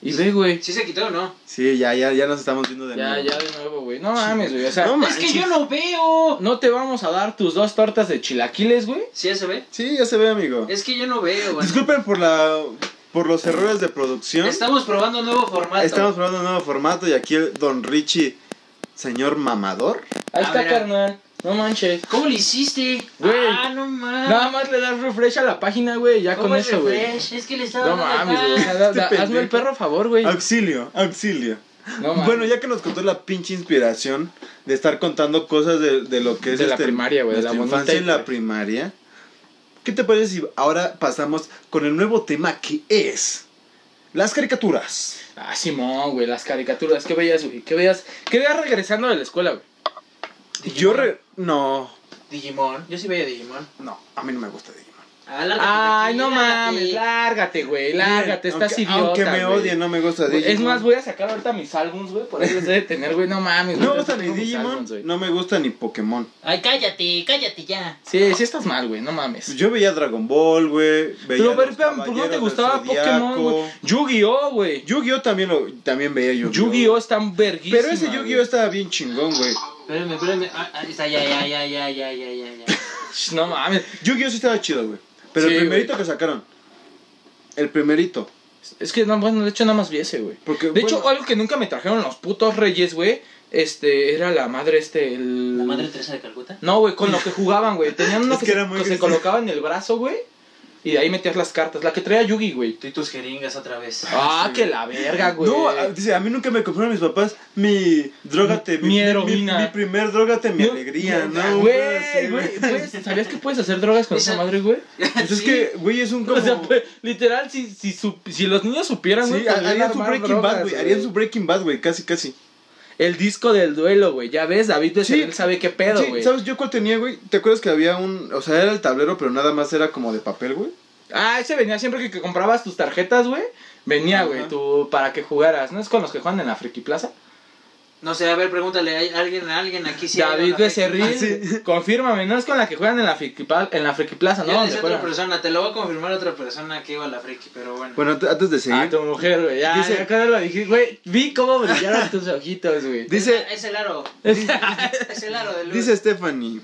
Y ve, güey.
¿sí se quitó o no?
Sí, ya, ya, ya nos estamos viendo de
Ya,
nuevo.
ya de nuevo, güey. No mames, güey. O sea,
No
no,
mames.
Es que yo no veo.
te vamos a dar tus dos tortas de chilaquiles, güey.
¿Sí ya se ve?
Sí, ya se ve, amigo.
Es que yo no veo. bueno.
Disculpen por la por los errores de producción.
Estamos probando un nuevo formato.
Estamos probando un nuevo formato y aquí el Don Richie, señor mamador.
Ahí
Ah,
está,
mira.
carnal. No manches.
¿Cómo lo hiciste?
Güey.
Ah, no mames.
Nada más le das refresh a la página, güey. Ya
¿Cómo
con
es
eso, güey.
refresh? Es que le estaba
No
dando
mames, güey. O sea,
acá.
da-
Este
da- hazme
pendejo.
el perro favor, güey.
Auxilio, auxilio.
No mames.
Bueno, ya que nos contó la pinche inspiración de estar contando cosas de, de lo que es
De la
este-
primaria, güey, de
nuestra
la bonita
infancia en la
infancia.
primaria. ¿Qué te parece si ahora pasamos con el nuevo tema que es las caricaturas?
Ah, Simón, güey, las caricaturas. ¿Qué veías, güey? ¿Qué veías? ¿Qué veías regresando de la escuela, güey?
Yo re... No,
Digimon. Yo sí veía Digimon.
no, a mí no me gusta Digimon.
Ay, no mames, lárgate, güey, lárgate,
Miren,
estás
aunque-
idiota.
Aunque me
güey.
odien, no me gusta Digimon.
Es más, voy a sacar ahorita mis álbums, güey, por ahí los he de tener, güey, no mames.
no
güey,
me gusta
tengo
ni
mis
Digimon,
álbums, güey.
no me gusta ni Pokémon.
Ay, cállate, cállate ya.
Sí, sí estás mal, güey, no mames.
Yo veía Dragon Ball, güey. veía
Pero, pero,
Los
espérame, ¿por qué no
Caballeros
te
del
gustaba Pokémon, güey?
Zodiaco.
Yu-Gi-Oh, güey.
Yu-Gi-Oh también, lo, también veía Yu-Gi-Oh.
Yu-Gi-Oh están verguísimas.
Pero ese Yu-Gi-Oh estaba bien chingón, güey.
Espérenme, espérenme. Ah, ah, está, ya, ya, ya, ya, ya, ya, ya, ya.
Sh, No mames.
Yu-Gi-Oh sí estaba chido, güey. Pero
Sí,
el primerito
güey.
que sacaron. El primerito.
Es que, no, bueno, de hecho, nada más vi ese, güey.
Porque,
De
bueno,
hecho, algo que nunca me trajeron los putos reyes, güey, este, era la madre, este, el...
La madre Teresa de Calcuta.
No, güey, con lo que jugaban, güey. Tenían uno
Es
que,
que
se-
era muy
que se
cristiano.
colocaba en el brazo, güey. Y de ahí metías las cartas. La que traía Yugi, güey.
Tú y tus jeringas otra vez.
Ah, que la verga, güey.
No, ah, a- dice, a mí nunca me compraron mis papás mi drogate,
Mi heroína.
Mi, primer drogate, mi
No,
alegría, ¿no?
Güey,
Sí,
güey. puedes- ¿Sabías que puedes hacer drogas con esa
Esa-
madre, güey?
Pues es
Sí.
que, güey, es un como...
<laughs> O sea, pues, literal, si, si, sup- si los niños supieran, güey,
sí,
podrían
harían su
armar
Breaking
drogas,
Bad, güey. Harían su Breaking Bad, güey, casi, casi.
El disco del duelo, güey. Ya ves, David de
Sí.
Chanel sabe qué pedo,
Sí,
güey.
¿Sabes yo cuál tenía, güey? ¿Te acuerdas que había un... O sea, era el tablero, pero nada más era como de papel, güey?
Ah, ese venía siempre que, que comprabas tus tarjetas, güey. Venía,
Ajá.
güey, tú, para que jugaras. ¿No es con los que juegan en la Friki Plaza?
No sé, a ver, pregúntale a alguien, a alguien aquí si...
David Becerril,
Becerril
confírmame, no es con la que juegan en la, friki, pal- en la Friki Plaza, ¿no?
Ya
¿Dónde
es otra
juegan?
persona, te lo voy a confirmar otra persona que iba a la friki, pero bueno.
Bueno, ant- antes de seguir...
Ah, tu mujer, güey. Ya,
Dice-
ya cuando lo dije, güey, vi cómo brillaron tus ojitos, güey.
<laughs>
dice...
Es el aro, es el aro de luz.
Dice Stephanie,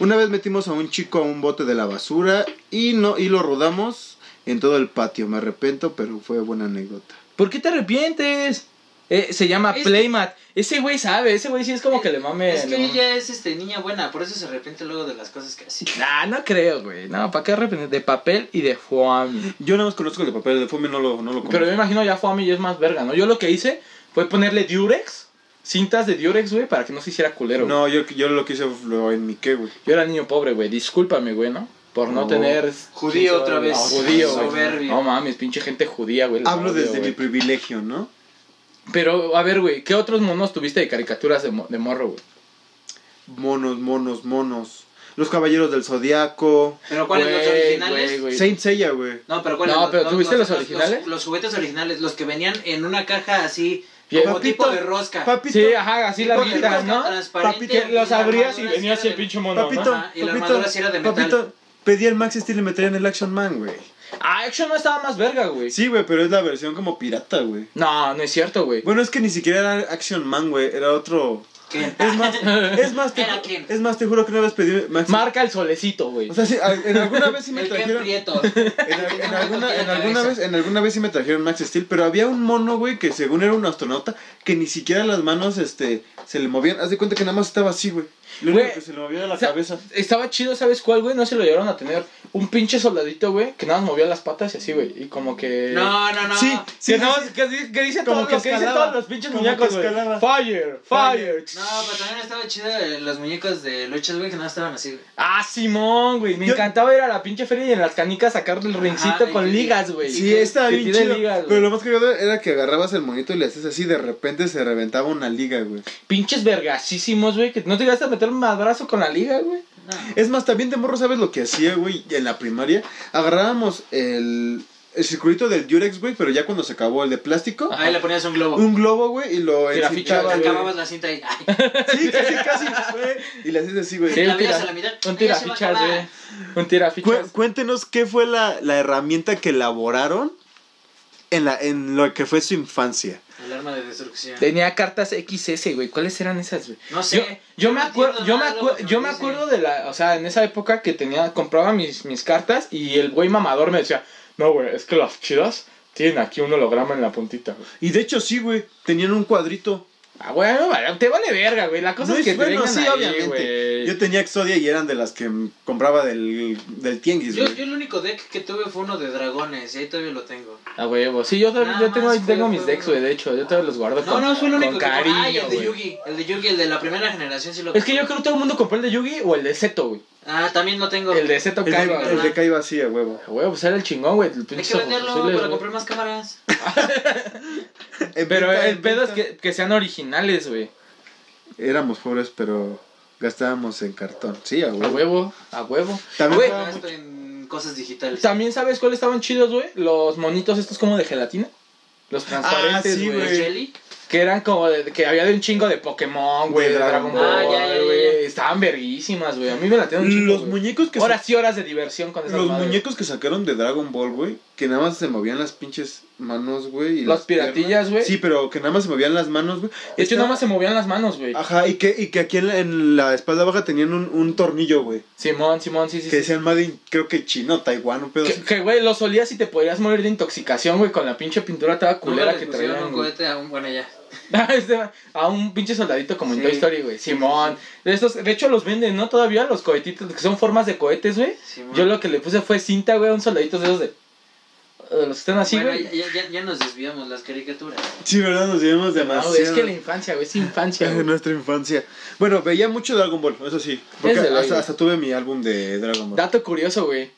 una vez metimos a un chico a un bote de la basura y no y lo rodamos en todo el patio. Me arrepiento, pero fue buena anécdota.
¿Por qué te arrepientes? Eh, se llama
Es-
Playmat. Ese güey sabe, ese güey sí es como que le mame.
Es
le
que
mame.
ella es este, niña buena, por eso se arrepiente luego de las cosas que hace.
Ah, no creo, güey. No, ¿para qué arrepentir? De papel y de foamy.
Yo nada más conozco el de papel, de Fome no lo, no lo conozco.
Pero yo imagino ya foamy y es más verga, ¿no? Yo lo que hice fue ponerle Durex, cintas de Durex, güey, para que no se hiciera culero. güey.
no, yo, yo lo quise lo enmiqué, güey.
Yo era niño pobre, güey. Discúlpame, güey, ¿no? Por no,
No.
tener.
Judío otra vez.
No, judío, güey.
Soberbio.
No mames, pinche gente judía, güey. los
Hablo
odio,
desde
Ah, güey.
mi privilegio, ¿no?
Pero, a ver, güey, ¿qué otros monos tuviste de caricaturas de, mo- de morro, güey?
Monos, monos, monos. Los caballeros del zodiaco.
Pero ¿cuáles los
Güey,
originales?
güey, güey.
Saint Seiya, güey.
No, pero ¿cuáles
No, pero ¿tú viste los originales?
Los, juguetes originales, los que venían en una caja así,
Bien.
como
Papito,
tipo de rosca.
Papito,
Sí, ajá, así
Tipo
las
de
guitas,
rosca
¿no?
transparente,
Que los
y la
abrías y
armadura
venía
sí
así el
era de-
pinche mono, ¿no?
papito,
Ajá, y la
papito,
armadura sí era de metal.
papito, pedí el Max Steel y me traían el Action Man, güey.
Ah, Action no estaba más verga, güey.
Sí, güey, pero es la versión como pirata, güey.
No, no es cierto, güey.
Bueno, es que ni siquiera era Action Man, güey, era otro.
<laughs>
¿Qué?
Es
<laughs>
más, es más, te,
Era quién.
es más, te juro que una vez pedí Max.
Marca el solecito, güey.
O sea, sí, a- en alguna vez sí me
El que
trajeron. En,
<laughs>
prieto.
al- en <laughs>
No, no
alguna,
tiene
en alguna
cabeza.
vez, en alguna vez sí me trajeron Max Steel, pero había un mono, güey, que según era un astronauta, que ni siquiera las manos, este, se le movían. Haz de cuenta que nada más estaba así, güey. Lo
Güey,
único que se le movía era la
o sea,
cabeza.
Estaba chido, ¿sabes cuál, güey? No se lo llevaron a tener. Un pinche soldadito, güey, que nada más movía las patas y así, güey. Y como que.
No, no, no.
Sí, sí, sí,
que, nada
sí.
más- que, di- que dice
Como
todo
que
lo que dicen
escalaba.
todos los pinches
Como
muñecos,
que
güey.
escalaba.
Fire, fire.
No, pero también estaba chido eh, los muñecos de luchas, güey, que no estaban así, güey.
Ah, Simón, güey. Me
Yo-
encantaba ir a la pinche feria y en las canicas sacar el rincito
y
con
que-
ligas, güey.
Sí,
Que-
estaba
que
bien
tiene
chido.
ligas,
pero
güey.
lo más cagado era que agarrabas el monito y le hacías así, de repente se reventaba una liga, güey.
Pinches vergasísimos, güey. Que no te ibas a meter un madrazo con la liga, güey.
No.
Es más, también de morro, ¿sabes lo que hacía, güey? En la primaria, agarrábamos el, el circuito del Durex, güey, pero ya cuando se acabó el de plástico,
<laughs> Ahí le ponías un
<laughs>
globo.
un globo, güey, y lo
Y Ah, la ficha,
encintabas,
güey.
Acababas la cinta y. Ay,
güey. Sí, casi, casi, güey. Y le hacías así, güey.
Sí,
la
un tira-
veías a la mitad.
Un
"Ay, ya se va a
tirafichas,
acabar".
güey. Un
Cué-
tirafichas.
cuéntenos qué fue la, la herramienta que elaboraron en, la, en lo que fue su infancia.
El arma de destrucción.
Tenía cartas XS, güey. ¿Cuáles eran esas, güey?
No
Yo,
sé.
yo me
no
acuerdo, yo
entiendo
me
nada de lo
acuerdo,
que
yo me
dice.
acuerdo de la, o sea, en esa época que tenía, compraba mis, mis cartas y el güey mamador me decía, no, güey, es que las chidas tienen aquí un holograma en la puntita, güey.
Y de hecho, sí, güey, tenían un cuadrito.
Ah, bueno, vale, te vale verga, güey. La cosa
No,
es que
es-
te
bueno,
vengan
sí,
ahí,
obviamente.
güey.
Yo tenía Exodia y eran de las que mm, compraba del, del tianguis,
Yo,
güey.
yo el único deck que tuve fue uno de dragones y ahí todavía lo tengo.
A huevo. Sí, yo, todavía-
Nada
yo tengo,
más fue-
tengo mis
fue
decks,
uno.
güey. De hecho, yo todavía los guardo
No,
con,
no, fue el único
con
que
cariño,
Ay, el de
güey.
Yugi. El de Yugi, el de la primera generación sí lo
Es que yo creo que todo el mundo compró el de Yugi o el de Zeto, güey.
Ah, también lo tengo.
El de Zeto
El
Kaiba,
de, el
güey.
de Kaiba sí, a huevo.
A huevo, pues era el chingón, güey. El
Hay
pinche
que venderlo
Sofofusiles,
para
güey.
comprar más cámaras.
En
<laughs> Pero
venta,
el
en
pedo es
venta.
que, que sean originales, güey.
Éramos pobres, pero gastábamos en cartón. Sí, a
A
huevo.
huevo, a huevo.
También
Güey,
jugaba
Gasto Ah, en cosas digitales.
También sabes cuáles estaban chidos, güey. Los monitos estos como de gelatina. Los transparentes,
sí,
güey.
güey.
¿El Jelly?
que eran como de, que había de un chingo de Pokémon, güey,
De
de Dragon
Dragon
Ball,
Ball. Ah, ya, ya, ya,
güey.
ya.
Estaban verguísimas, güey. A mí me latían un chingo.
Los
güey.
muñecos que
Horas y horas de diversión con esas
Los
madres.
muñecos que sacaron de Dragon Ball, güey, que nada más se movían las pinches manos, güey. y
Los
las piernas.
piratillas, güey.
Sí, pero que nada más se movían las manos, güey.
De hecho,
Esta-
nada más se movían las manos, güey.
Ajá, y que, y que aquí en la, en la espalda baja tenían un, un tornillo, güey.
Simón, Simón, sí, sí.
Que
sí.
decían Made in, creo que China o Taiwán, un pedo.
Que,
así.
que, güey, los olías y te podías morir de intoxicación, güey, con la pinche pintura toda
Nunca
culera
le
que
pusieron
traían.
un
güey.
cohete a un... Bueno, ya.
<laughs> Este, a un pinche soldadito como en
Sí.
Toy Story, güey. Simón. De, estos, de hecho, los venden, ¿no? Todavía los cohetitos, que son formas de cohetes, güey.
Simón.
Yo lo que le puse fue cinta, güey, a un soldadito de esos de. de Los que están así,
Bueno,
güey.
ya, ya, ya- ya nos desviamos las caricaturas.
Sí, ¿verdad? Nos llevamos
No,
demasiado.
güey, es que la infancia, güey, es infancia.
<laughs> En
<laughs>
güey.
nuestra infancia. Bueno, veía mucho Dragon Ball, eso sí. Porque
Desde luego.
hasta, hasta tuve mi álbum de Dragon Ball.
Dato curioso, güey.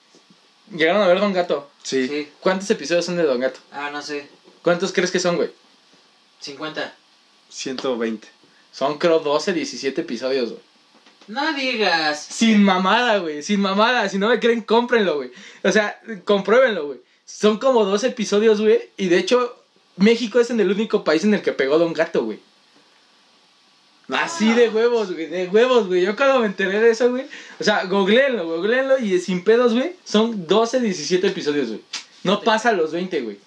Llegaron a ver Don Gato.
Sí.
Sí.
¿Cuántos episodios son de Don Gato?
Ah, no sé.
¿Cuántos crees que son, güey?
50.
120.
Son, creo, 12, 17 episodios, güey.
No digas.
Sin mamada, güey. Sin mamada. Si no me creen, cómprenlo, güey. O sea, compruébenlo, güey. Son como 12 episodios, güey. Y de hecho, México es en el único país en el que pegó Don Gato, güey. Así de huevos, güey, de huevos, güey. Yo cuando me enteré de eso, güey. O sea, googleenlo, googleenlo y sin pedos, güey. Son 12, 17 episodios, güey. No pasa los 20, güey.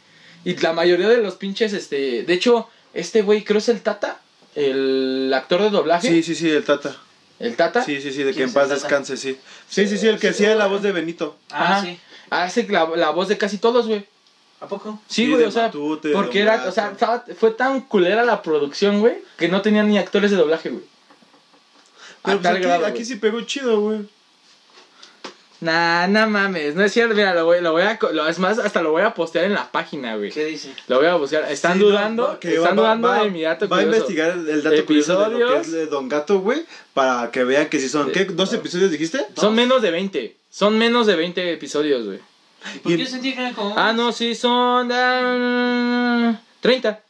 Y la mayoría de los pinches, este. De hecho, este güey, creo es el Tata, el actor de doblaje.
Sí, sí, sí, el Tata.
El ¿Ah, Tata.
Sí, sí, sí, de que
¿Quién
en
es
paz
el Tata?
descanse, sí. Sí, sí, sí, el que hacía la voz de Benito.
Ah,
Ajá.
sí.
Hace la, la voz de casi todos, güey.
¿A poco?
Sí,
Sí,
güey,
de
o sea,
Matute, de
porque
Don
era,
Gato.
o sea, estaba- fue tan culera la producción, güey, que no tenían ni actores de doblaje, güey. A
Pero pues
tal
aquí,
grado,
aquí
güey.
sí pegó chido, güey.
Nah, no mames, no es cierto, mira, lo voy, lo voy a, co- lo- es más, hasta lo voy a postear en la página, güey.
¿Qué dice?
Lo voy a buscar, están
Sí, no,
dudando,
va- que
están
va-
dudando
va-
de mi dato
Va a
curioso.
investigar el, el dato curioso de lo que
Episodios.
es de Don Gato, güey, para que vean que sí son,
Sí.
¿qué? ¿Dos episodios dijiste?
Son menos de 20, son menos de 20 episodios, güey.
Porque
Y-
yo sentí que era como...
Ah, no, sí, son ah, 30.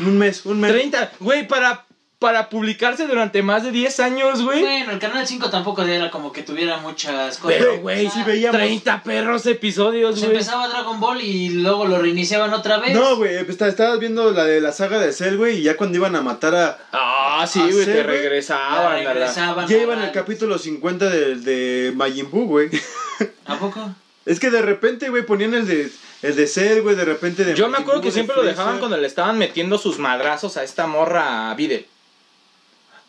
Un mes, un mes.
30, güey, para, para publicarse durante más de 10 años, güey.
Bueno, el Canal 5 tampoco era como que tuviera muchas cosas.
Pero, güey,
O
sí
sea,
veíamos.
30 perros episodios,
pues
güey.
empezaba Dragon Ball y luego lo reiniciaban otra vez.
No, güey, pues, está- estabas viendo la de la saga de Cell, güey, y ya cuando iban a matar a...
Ah, sí,
Ah, sí,
güey,
güey.
te regresaban.
Ya
a la-
regresaban
Ah, ya
a
iban
la-
al capítulo 50 de, de Majin Buu, güey. <laughs>
¿A poco?
es que de repente, güey, ponían el de, el de Cell, güey, de repente de
Yo me
Majin
acuerdo
Buu,
que
de
siempre lo dejaban
Freezer.
cuando le estaban metiendo sus madrazos a esta morra Vide.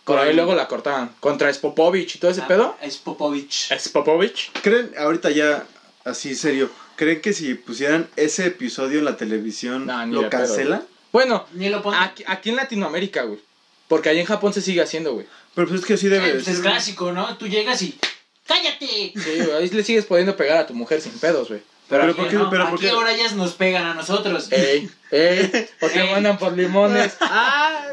Por ahí luego la cortaban. Contra Spopovich y todo ese
Ah,
pedo.
Es Popovich.
Spopovich.
¿Creen, ahorita ya, así serio, creen que si pusieran ese episodio en la televisión,
No, ni de
lo
pedo,
cancelan?
Bueno,
Ni lo
Ah,
Eh, ponen.
aquí, aquí en Latinoamérica, güey. Porque ahí en Japón se sigue haciendo, güey.
Pero pues es que sí debe
Eh,
de
pues es
ser.
clásico, ¿no? Tú llegas y...
¡Cállate!
Sí, güey, ahí le sigues pudiendo pegar a tu mujer sin pedos, güey. Pero,
Pero
aquí-
¿por qué?
no,
pero
aquí
por qué? Eh,
ahora ellas nos pegan a nosotros.
Ey, ey, <laughs> o te
Ey.
mandan por limones. ¡Ah!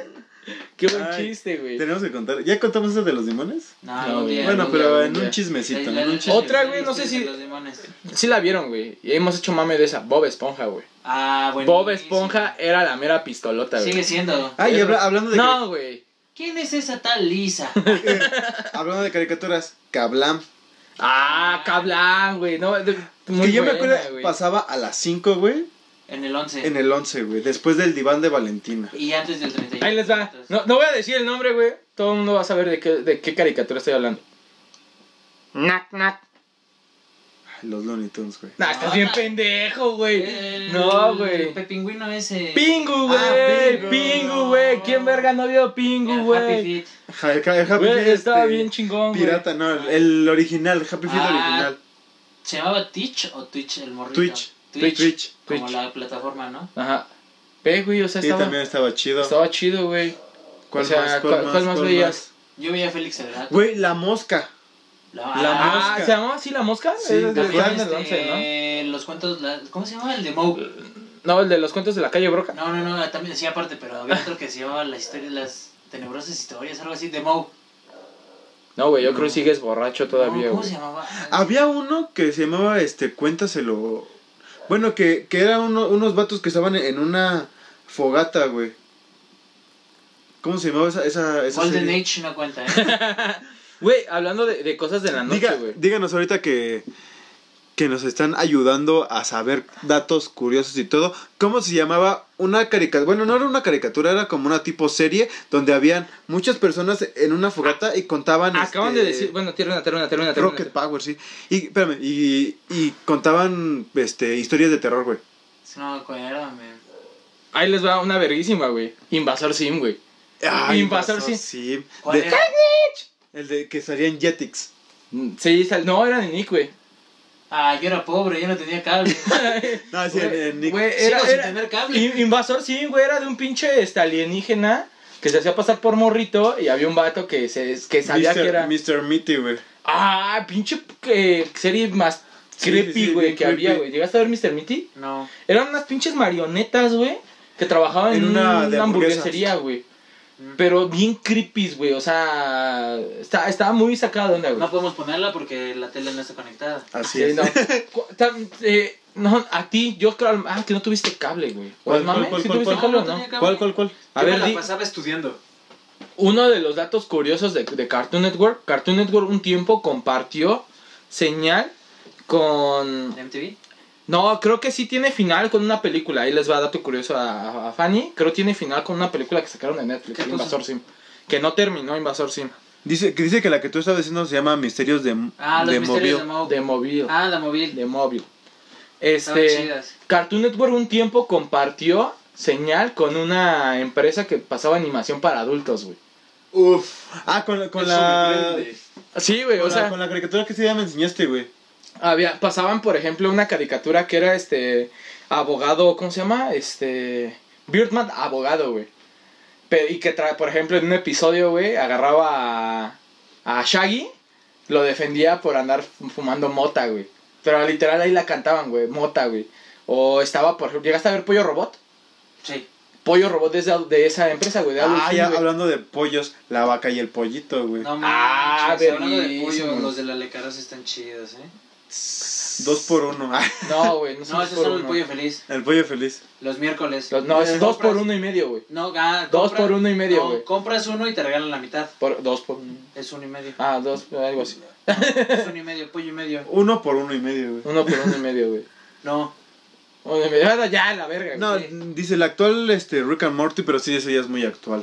Qué buen
Ay,
chiste, güey.
Tenemos que contar. ¿Ya contamos eso de los limones?
No,
No,
un día,
güey.
bueno,
un día.
pero
ya,
en
ya.
un chismecito.
La-
en un
la-
chisme.
Otra,
la-
güey, no sé si-
los demonios.
Sí la vieron, güey. Y hemos hecho mame de esa. Bob Esponja, güey.
Ah, bueno.
Bob Esponja era la mera pistolota, güey.
Sigue siendo.
Ay, y habla- hablando, de
No, güey.
¿Quién es esa tal Lisa?
cari- <laughs> hablando de caricaturas, Cablam.
Ah, Cablan, güey. No, de- muy
que yo me
buena,
acuerdo
güey.
pasaba a las 5, güey,
En el 11.
en el 11, güey, después del diván de Valentina.
Y antes del 31.
Ahí les va. No, no voy a decir el nombre, güey. Todo el mundo va a saber de qué, de qué caricatura estoy hablando. Nat, nat.
Ay, los Looney Tunes, güey.
Nah, estás bien pendejo, güey.
El-
No, güey.
el Pepingüino ese.
Pingu,
Ah,
güey.
Pingu.
Pingu, güey. ¿Quién verga no vio
El
Pingu,
Happy
güey?
Feet.
Ja- el, el Happy
Güey,
Feet,
estaba
este,
bien chingón, güey.
Pirata, no, el, el original, el Happy Feet
Ah,
original.
¿Se llamaba Twitch o Twitch el morrito?
Twitch.
Twitch.
Twitch.
Como
Twitch.
la plataforma, ¿no?
Ajá. Ve, güey, o sea,
Sí,
estaba,
también estaba chido.
estaba chido, güey.
¿Cuál
o sea,
más?
¿cuál, cuál más veías?
Yo veía a Félix el gato.
Güey, la mosca.
La,
la
ah,
Ah,
mosca.
¿se llamaba así la mosca? este,
Sí,
Es de
la
Juan
también,
del Once,
este, Los cuentos, la- ¿cómo se llama? El de Moe.
¿no? No, el de los cuentos de la calle Broca.
No, no, no, también sí, aparte, pero había otro que se llamaba las historias, las tenebrosas historias, algo así, de Moe.
No, güey, yo creo que sigues borracho todavía,
¿Cómo
güey.
se llamaba?
Había uno que se llamaba, este, cuéntaselo. Bueno, que, que eran unos vatos que estaban en una fogata, güey. ¿Cómo se llamaba esa, esa, esa
Golden
serie?
Age no cuenta, ¿eh?
Güey, hablando de, de cosas de la
Diga-
noche, güey.
díganos ahorita que, que nos están ayudando a saber datos curiosos y todo. ¿Cómo se llamaba una caricatura? Bueno, no era una caricatura, era como una tipo serie donde habían muchas personas en una fogata y contaban...
Acaban
este,
de decir, bueno, tierra una, tierra una, tierra una, tierra una.
Rocket Power, sí. Y, espérame, y, y contaban este, historias de terror, güey.
No me acuerdo, man.
Ahí les va una verguísima, güey. Invasor Sim, güey.
Ah,
Invasor, sí.
sí.
¿Cuál
De-
era?
el de que salían Jetix.
Mm, Sí, sal- no, era de
<laughs>
Nick, güey.
Ah, yo era pobre, yo no tenía cable.
No, sí, el- el Nick.
Güey,
Sigo
era,
sin
era-
tener cable.
In- Invasor Sim, güey, era de un pinche este, alienígena que se hacía pasar por morrito y había un vato que, se, que sabía
Mr.
que era...
Mr. Mitty, güey.
Ah, pinche eh, serie más
Sí, sí,
creepy,
sí,
güey,
bien
que había,
creepy.
güey. ¿Llegaste a ver Mr. Mitty?
No.
Eran unas pinches marionetas, güey, que trabajaban en,
En
una,
una de hamburguesas.
hamburguesería, güey.
Mm.
Pero bien creepy, güey, o sea, está, estaba muy sacado de onda, güey.
No podemos ponerla porque la tele no está conectada.
Así
Sí,
es. <laughs>
no. Cu- tam- eh, no, a ti, yo creo, ah, que no tuviste cable, güey. ¿O
¿Cuál,
el mame?
cuál,
¿Sí
cuál,
tuviste
cuál?
cable o no?
tenía cable.
¿Cuál, cuál, cuál?
A
Yo me
ver,
la
di-
pasaba estudiando.
uno de los datos curiosos de, de Cartoon Network, Cartoon Network un tiempo compartió señal con...
¿En MTV?
No, creo que sí tiene final con una película. Ahí les va dato curioso a, a- a Fanny. Creo que tiene final con una película que sacaron en Netflix,
¿Qué cosa?
Invasor Sim. Que no terminó Invasor Sim.
Dice que, dice que la que tú estabas diciendo se llama Misterios de,
Ah, los
de
misterios
Mobile.
de
De
Moe.
móvil.
Ah, de móvil.
De móvil.
Estaban
Este...
chidas.
Cartoon Network un tiempo compartió señal con una empresa que pasaba animación para adultos, güey.
Uf. Ah, con, la- con
Eso
la.
me prende.
Sí, güey,
con
o
la-
sea...
con la caricatura que se ya me enseñaste, güey.
Había, pasaban, por ejemplo, una caricatura que era este abogado, ¿cómo se llama? Este Birdman abogado, güey. Pe- y que tra- por ejemplo, en un episodio, güey, agarraba a, a Shaggy, lo defendía por andar fu- fumando mota, güey. Pero literal ahí la cantaban, güey, mota, güey. O estaba, por ejemplo, llegaste a ver Pollo Robot.
Sí.
Pollo Robot es de, de esa empresa, güey, de Adult
Ah,
Swim,
ya
güey.
hablando de pollos, la vaca y el pollito, güey.
No
Ah,
manches, hablando de
verguísimos.
pollo, los de la Lecaros están chidos, ¿eh?
Dos por uno. <laughs> Ah,
No, güey, no,
<laughs> No,
son
ese es
por
solo el
uno.
pollo feliz.
el pollo feliz.
Los miércoles.
Los- No, es
Eh,
dos por
compras-
uno y medio, güey.
No, ah,
Dos
compra-
por uno y medio,
no,
güey.
compras uno y te regalan la mitad.
Por, dos por uno.
Es uno
<laughs>
y medio.
Ah, dos, algo así.
Es uno y medio, pollo y medio.
Uno por uno y medio, güey.
Uno por uno y medio, güey.
No.
Uno y medio. Ah, no, Ya, la verga.
No,
güey.
dice el actual este, Rick and Morty, pero sí, ese ya es muy actual.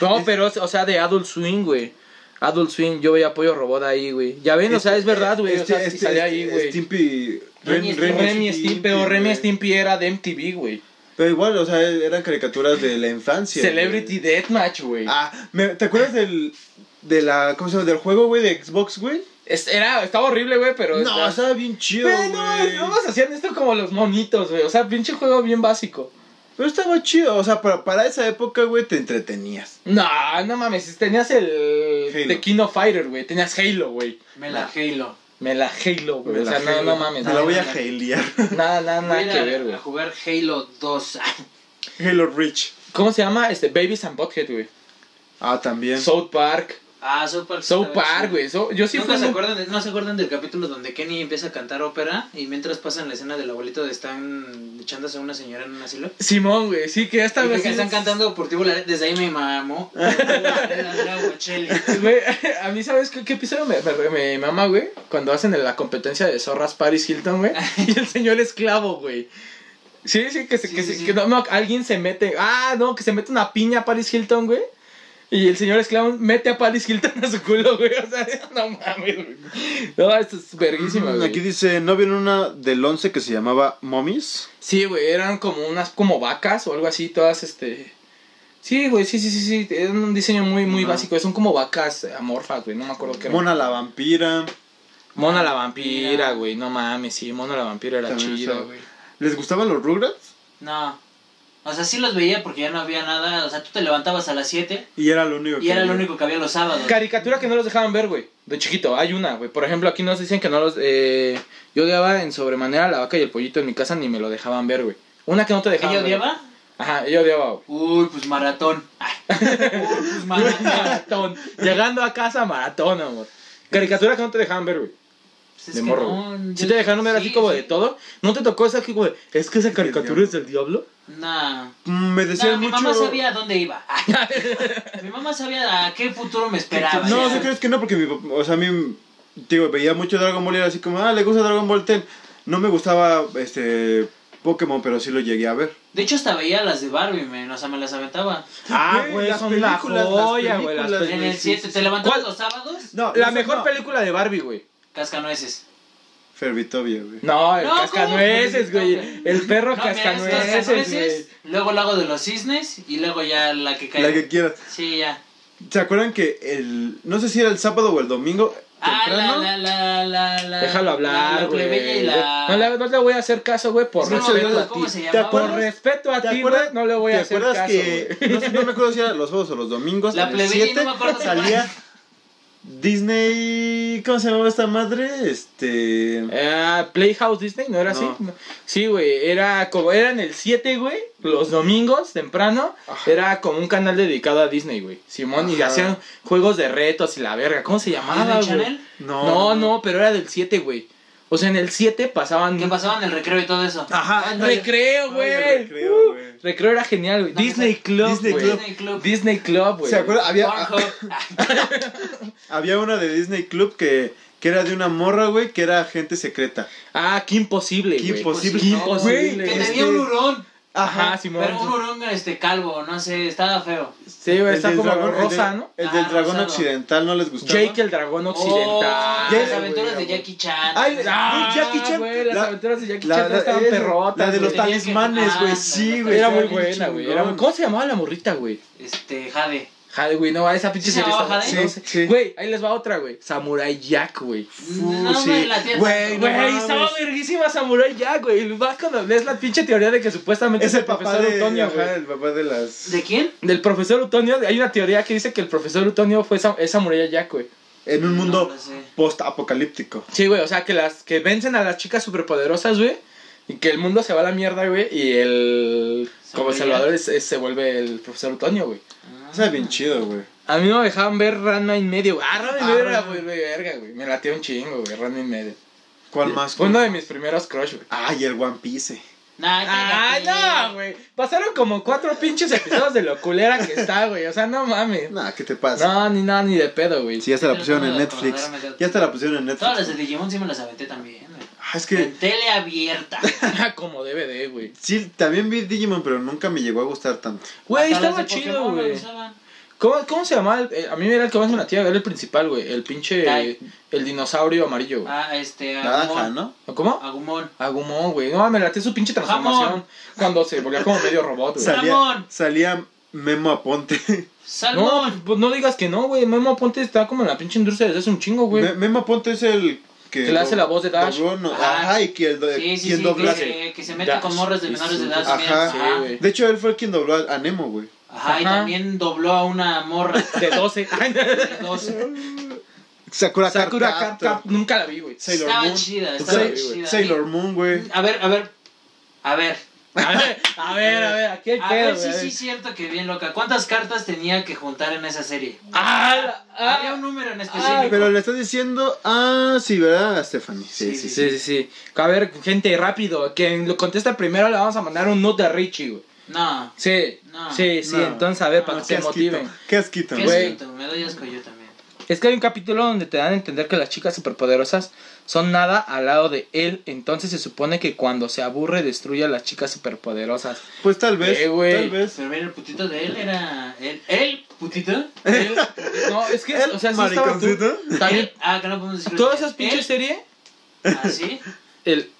no, pero, o sea, de Adult Swing, güey. Adult Swing, yo veía Pollo Robot ahí, güey. Ya ven, o sea, es
eh,
verdad, güey.
este,
o sea, sí salía ahí, güey.
Stimpy. Ren-
Remy
este,
Stimpy.
Remy
Remy Stimpy, pero
güey.
Remy Stimpy era de MTV, güey.
Pero igual, o sea, eran caricaturas de la infancia. güey.
Celebrity Deathmatch, güey.
Ah, me- ¿te acuerdas del. De la, ¿Cómo se llama? Del juego, güey, de Xbox, güey.
Es- era, estaba horrible, güey, pero.
No,
está-
estaba bien chido,
Güey,
güey.
no, no nos hacían esto como los monitos, güey. O sea, pinche juego bien básico.
Pero estaba chido, o sea, para, para esa época, güey, te entretenías.
No, no mames. Tenías el.
Halo.
The King of Fighter, güey. Tenías Halo, güey.
Me la Halo.
Me la Halo, güey.
Me
O
la
sea, no,
Halo.
no mames.
Te la voy a
no.
halear.
Nada, nada,
Voy
nada
a ir
que
a-
ver, güey.
a jugar Halo 2.
<laughs> Halo Reach.
¿Cómo se llama? Este, Babies and Butthead, güey.
Ah, también.
South Park.
Ah, South Park.
South
estaba
Park,
chido.
güey. So- yo sí fui
¿Nunca se
muy-
acuerdan de- ¿No se acuerdan del capítulo donde Kenny empieza a cantar ópera y mientras pasan la escena del abuelito de están echándose a una señora en
<laughs>
un asilo?
Simón, güey. Sí, que hasta...
Y que
así-
están cantando por ti volaré, desde ahí me mamó. Andrea Bocelli.
Güey, <laughs> a mí, ¿sabes qué, qué episodio me, me, me mama, güey? Cuando hacen la competencia de zorras Paris Hilton,
<laughs>
güey. Y el señor esclavo, güey. Sí, sí, que, se,
Sí,
que,
sí,
se-
sí.
que no, no, alguien se mete. Ah, no, que se mete una piña a Paris Hilton, güey. Y el señor esclavo mete a Paris Hilton a su culo, güey. O sea, <laughs> no mames, güey. No, esto es verguísima,
Mm,
güey.
Aquí dice, ¿no vieron una del 11 que se llamaba Mommies?
Sí, güey, eran como unas como vacas o algo así, todas este Sí, güey, sí, sí, sí, sí, es un diseño muy muy
Ajá.
básico, son como vacas amorfas, güey, no me acuerdo qué. Mona,
Mona la vampira.
Mona la vampira, güey, no mames, sí, Mona la vampira era
También
chida,
estaba-
güey.
¿Les gustaban los Rugrats?
No. O sea, sí los veía porque ya no había nada. O sea, tú te levantabas a las 7
Y era lo único
y era lo único que había los sábados.
Caricatura que no los dejaban ver, güey. De chiquito, hay una, güey. Por ejemplo, aquí nos dicen que no los. Eh, yo odiaba en sobremanera la vaca y el pollito en mi casa ni me lo dejaban ver, güey. Una que no te dejaban
¿Ella
ver.
odiaba?
Ajá, ella odiaba, güey.
Uy, pues maratón.
<laughs>
Ay. Uy, pues <laughs> maratón.
maratón. Llegando a casa, maratón, amor. Caricatura que no te dejaban ver, güey.
Pues es
De
que
morro.
no,
güey.
yo-
Si te dejaron ver así
sí,
como
sí.
de todo. ¿No te tocó esa que, güey? Es que esa caricatura
diablo.
es del diablo.
Nah.
Mm, Me
Nah,
decían
mi
mucho.
mamá sabía a
<laughs>
dónde iba. mi mamá sabía a qué futuro me esperaba.
No,
ya.
¿sí crees que no? Porque mi papá, o sea, a mí, digo, veía mucho Dragon Ball y era así como, ah, le gusta Dragon Ball Ten. No me gustaba, este, Pokémon, pero sí lo llegué a ver.
De hecho, hasta veía las de Barbie, men. O sea, me las aventaba.
Ah,
Güey,
güey,
las
son la
películas, las
joya, güey. las
películas.
En
películas.
el
sí,
7, ¿te levantabas
¿Cuál?
los sábados?
No,
La
no,
mejor
no.
película de Barbie, güey.
Cascanueces.
Ferbitovia, güey.
No, el
No, ¿cómo?
cascanueces, güey. El perro
No, mira, los
cascanueces, güey.
cascanueces, luego Lago de los Cisnes y luego ya la que cae.
La que quieras.
Sí, ya.
¿Se acuerdan que el, no sé si era el sábado o el domingo?
Ah, la,
temprano,
la, la, la, la.
Déjalo
la-
hablar,
la plebeya
güey.
y la-
No, le, no le voy a hacer caso, güey, por
No,
respeto
güey,
a ti.
¿cómo se
¿Te
llamaba?
Por
acuerdas?
respeto a
¿Te
ti,
acuerdas-
güey, no le voy a
¿Te
hacer
acuerdas
caso,
que
güey.
no, sé, no me acuerdo si era los juegos o los domingos?
La
a las
plebeya,
siete
no me acuerdo de cuál.
salía Disney, ¿cómo se llamaba esta madre? Este,
Ah, Playhouse Disney, ¿no era
No.
así? Sí, güey, era como, era en el 7, güey, los domingos, temprano, era como un canal dedicado a Disney, güey. Simón, y
Ajá.
hacían juegos de retos y la verga, ¿cómo se llamaba,
¿Disney
güey?
Channel?
No, no, pero era del 7, güey. O sea, en el 7 pasaban...
Que pasaban el recreo y todo eso.
Ah,
Ajá,
Recreo,
Ay,
güey.
el recreo,
Uh,
güey.
recreo era genial, güey.
No,
Disney Club,
Disney
güey. ah,
Club.
Disney Club.
Disney Club, güey.
¿Se acuerdan? Había,
Pornhub. Ah,
había una de Disney Club que, que era de una morra, güey, que era agente secreta.
Ah, qué imposible,
Qué
güey.
pues
imposible.
Qué imposible.
Que
Güey,
güey.
este-
tenía un hurón.
Ajá, Simón.
Pero un hurón este, calvo, no sé, estaba feo.
Sí, güey,
El
está
del
como
dragón- el
rosa,
del-
¿no?
El del
Ah,
dragón
rosado.
occidental no les gustaba.
Jake el dragón occidental.
Oh,
Ya-
las aventuras de
güey,
Jackie Chan. este,
Ay, güey,
Ah,
Jackie Chan.
güey, las
la-
aventuras de Jackie
la-
Chan
la-
estaban
esa-
perrotas.
La de los
güey.
tal-
talismanes,
Ah,
güey,
la-
sí, güey.
Era
estaba
muy
bien
buena, güey.
chingón.
era muy- ¿Cómo se llamaba la morrita, güey?
Este, Jade.
Jade, güey, no, esa pinche
¿Sí se
serie
llamaba
estaba-
Jade?
no
Sí,
sé.
sí.
Güey, ahí les va otra, güey. Samurai Jack, güey.
No,
sí.
me la tía
Güey,
tanto.
no
Güey,
mames.
estaba verguísima Samurai Jack, güey. Y Vas cuando lees la pinche teoría de que supuestamente
Es el papá de
Utonio,
ajá,
güey.
el papá de las
¿De quién?
Del profesor Utonio, hay una teoría que dice que el profesor Utonio fue Sam- es Samurai Jack, güey.
en un
No
mundo
lo sé.
post apocalíptico.
Sí, güey, o sea, que las que vencen a las chicas superpoderosas, güey. Y que el mundo se va a la mierda, güey. Y el. Como
Samurai
Salvador es- es- se vuelve el profesor Utonio, güey.
Eso es bien chido, güey.
A mí no me dejaban ver Rana y medio. güey. Ah, Rana y
Ah,
medio era,
Rana.
güey, güey, verga, güey. Me latió un chingo, güey, Rana y medio.
¿Cuál más?
Fue uno de mis primeros crush, güey.
Ay, el One Piece.
Nah,
Ah,
cállate.
no, güey. Pasaron como cuatro pinches episodios de lo culera que está, güey. O sea, no mames.
Nah, ¿qué te pasa?
No, ni nada, ni de pedo, güey.
Si ya se la pusieron en
Tratando de
Netflix.
acordarme de-
Ya se la pusieron en
Todas las
Netflix.
de Digimon sí me las aventé también. güey.
Ah, es que
En tele
<laughs>
abierta.
como DVD, güey.
sí, también vi Digimon, pero nunca me llegó a gustar tanto.
Güey,
Hasta
estaba
las de
chido,
Pokémon me
güey.
gustaban.
¿Cómo, ¿Cómo se llamaba? el- eh, a mí era el que más me latía, era el principal, güey. El pinche.
Dai.
El dinosaurio amarillo, güey.
Ah, este.
Naranja,
Agumon.
¿no?
¿O ¿Cómo?
Agumon.
Agumón, güey. No, me latía su pinche transformación.
Jamón.
Cuando se volvía como medio robot, güey.
Salía,
Ramón.
salía Memo Aponte.
No,
Salmón.
pues no digas que no, güey. Memo Ponte está como en la pinche industria desde hace un chingo, <laughs> güey.
Me- Memo Aponte es el que.
Que le hace la voz de Dash.
dobló, no-
Ah.
Ajá, y que el do-
Sí, sí,
quien
sí.
dobló-
Que, que se mete
Ya.
con morros de menores de edad.
Ajá.
también.
pues, Sí, güey.
De hecho, él fue el quien dobló a- a Nemo, güey.
Ajá, y
Ajá.
también dobló a una
<laughs>
morra
De 12. Ay,
<laughs> de 12.
Sakura,
Sakura
Card
Card
Captor.
Cap- Nunca la vi, güey.
Sailor
estaba
Moon.
chida, estaba
Sai-
Sí,
chida.
Sailor Moon, güey.
A ver, a ver. A ver.
A ver, a ver, a ver. Aquí hay
A
pedo,
ver,
güey,
sí,
a ver.
sí, cierto que bien loca. ¿Cuántas cartas tenía que juntar en esa serie?
Ah, la- ah.
Había un número en este-
Ah,
específico.
Pero le estás diciendo, ah, sí, ¿verdad, Stephanie? Sí, sí, sí.
Sí,
Sí, sí, sí. A ver, gente, rápido. Quien lo contesta primero le vamos a mandar un note a Richie, güey.
No.
Sí,
No.
sí, sí.
No.
Entonces, a ver,
No,
para
No,
que
Ah, qué
se
asquito.
motiven.
Qué asquito, güey.
Qué
Güey.
siento, me doy asco yo también.
Es que hay un capítulo donde te dan a entender que las chicas superpoderosas son nada al lado de él. Entonces se supone que cuando se aburre destruye a las chicas superpoderosas.
Pues tal vez,
Eh, güey.
tal vez.
Pero mira, el putito de él era. ¿El, el
<laughs>
putito?
Él- no, es que,
El
o sea, sí estaba tú-
mariconcito.
También,
Él- ah, que Ah, no podemos decir.
todas esas pinches series,
Así.
el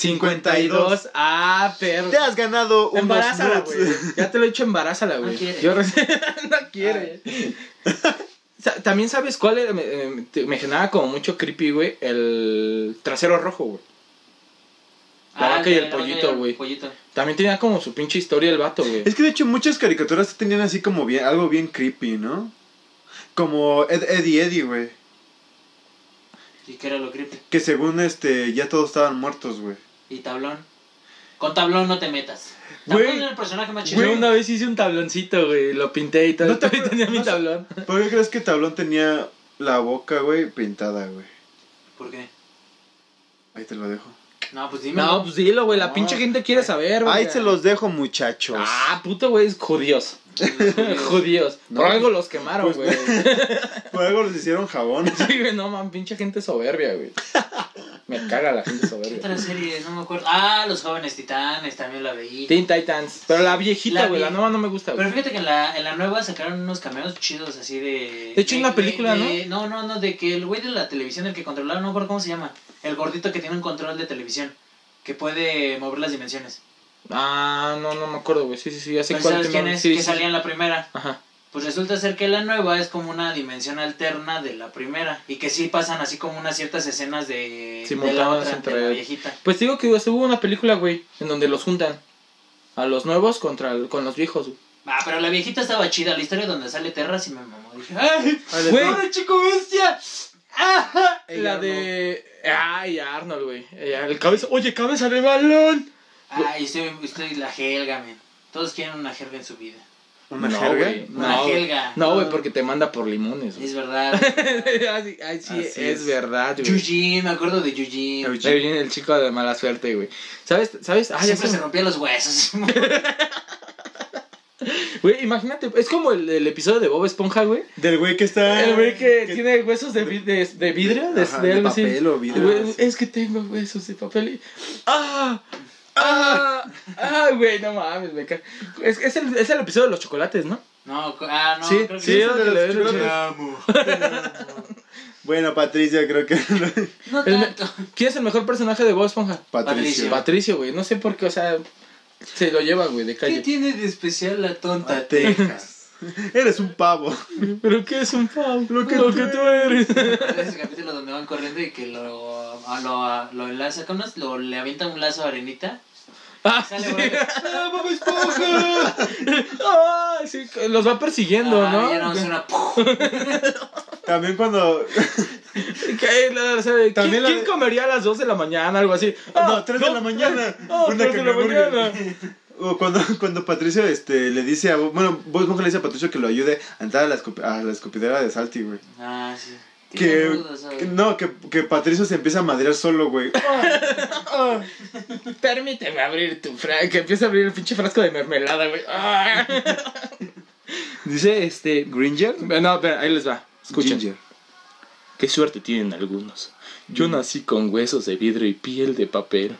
52.
Ah, perro.
Te has ganado un
Embarázala, güey. Ya te lo he dicho, embarázala, güey.
No quiere.
Yo recién <laughs> no quiere. Sa- También sabes cuál era, me, eh, te- me generaba como mucho creepy, güey, el trasero rojo, güey. La
Ah,
vaca y el
la vaca
pollito, güey.
pollito.
También tenía como su pinche historia el vato, güey.
Es que de hecho muchas caricaturas tenían así como bien, algo bien creepy, ¿no? Como Ed, Eddie Eddie, güey.
Y que era lo creepy.
Que según este, ya todos estaban muertos, güey.
Y tablón. Con tablón no te metas.
Güey.
Tablón era el personaje más chido.
Yo una vez hice un tabloncito, güey. Lo pinté <laughs> y todo.
No te
Todavía
acuerdas-
tenía mi
no sé-
tablón.
¿Por qué crees que Tablón tenía la boca, güey, pintada, güey?
¿Por qué?
Ahí te lo dejo.
No, pues dime.
No, pues dilo, güey. La
No.
pinche gente quiere saber, güey.
Ahí se los dejo, muchachos.
Ah, puto, güey. Es judíos. <laughs> judíos.
No.
Por algo los quemaron,
Pues,
güey.
Por algo los hicieron jabón.
<laughs> Sí, güey. No, man. Pinche gente soberbia, güey. Me caga la gente
¿Qué
soberbia.
otra serie? No me acuerdo. Ah, Los Jóvenes Titanes, también la veí.
Teen Titans. Pero la viejita,
La
güey. La
vie-
nueva no me gusta, güey.
Pero fíjate que en la, en la nueva sacaron unos cameos chidos así de...
De hecho, hay
en
una película,
¿no? No, no, no, de que el güey de la televisión, el que controlaba, no me acuerdo cómo se llama. El gordito que tiene un control de televisión, que puede mover las dimensiones.
Ah, no, no me acuerdo, güey. Sí, sí, sí. Ya sé
Pero
cuál
¿Sabes
tema-
quién es?
sí,
que
sí, sí.
salía en la primera.
Ajá.
Pues resulta ser que la nueva es como una dimensión alterna de la primera. Y que sí pasan así como unas ciertas escenas de, de la
Simultáneas
otra,
entre
de la
ellas.
viejita.
Pues digo que hubo una película, güey, en donde los juntan. A los nuevos contra el- con los viejos, güey.
Ah, pero la viejita estaba chida. La historia donde sale Terra sí me mamó. Dije, "Ah, ¡ay!
Vale,
Güey.
no.
¡Pobre chico bestia! ¡Ajá!
Ey,
la
Arnold.
de. Ay, Arnold, güey. Eh, El cabeza. Oye, cabeza de balón.
Ay, estoy, estoy la Helga, men. Todos quieren una Helga en su vida.
¿Una
no,
jerga?
güey, No,
Una
güey.
jerga.
No, güey, porque te manda por limones. güey.
Es verdad.
Ah. <laughs> Ay, ay, sí, es,
Así es.
verdad, güey.
Yujin, me acuerdo de Yujin.
Eugene.
Ahí viene el chico de mala suerte, güey. ¿Sabes? ¿Sabes? Ay,
Siempre
ya
se
sé.
rompía los huesos. <laughs>
Güey, imagínate. Es como el, el episodio de Bob Esponja, güey.
Del güey que está.
El güey que tiene huesos de, vi- de, de vidrio, de,
Ah, Ajá,
de
de
algo así.
papel o vidrio,
Güey,
algo así.
es que tengo huesos de papel y... ¡Ah! ¡Ah! ¡Ah, güey! No mames, me ca... es, es, el, es el episodio de los chocolates, ¿no?
No, cu- ah, no.
Sí,
creo que
sí, es el de
que
los
le-
chocolates.
le-
<laughs> Bueno, Patricia, creo que.
No
El-
tanto.
¿Quién es el mejor personaje de Bob Esponja?
Patricio. Sí.
Patricio, güey. No sé por qué, o sea... Se lo lleva, güey, de
¿Qué
calle.
tiene de especial la tonta?
A Texas. Eres un pavo.
¿Pero qué es un pavo? Lo que, tú eres.
Ese capítulo donde van corriendo y que lo, a- lo, a- lo enlaza con unos- lo, le avienta un lazo a arenita.
<laughs> ah,
Sale
sí. <laughs>
volando.
¡Ah, Bob Esponja!
Ah, sí, los va persiguiendo,
Ah,
¿no?
Y era una
También cuando.
Que, la- o sea, ¿quién,
También la
quién
de-
comería a las 2 de la mañana? Algo así. Ah,
no, 3 de la mañana.
Ah,
una
tres de la
cangurga. <laughs>
mañana.
O cuando, cuando Patricio este, le dice a. Bob- Bueno, Bob Esponja le dice a Patricio que lo ayude a entrar a la, escupi- a la escupidera de Salty, güey.
Ah, sí. Tiene
Que,
rudos, ¿sabes?
que- No, que, que Patricio se empieza a madrear solo, güey.
Ah. Permíteme abrir tu frasco. Que empieza a abrir el pinche frasco de mermelada, güey. Ah. Dice este.
¿Gringer?
No, espera, ahí les va. Escuchen.
Ginger.
Qué suerte tienen algunos. Yo nací con huesos de vidrio y piel de papel.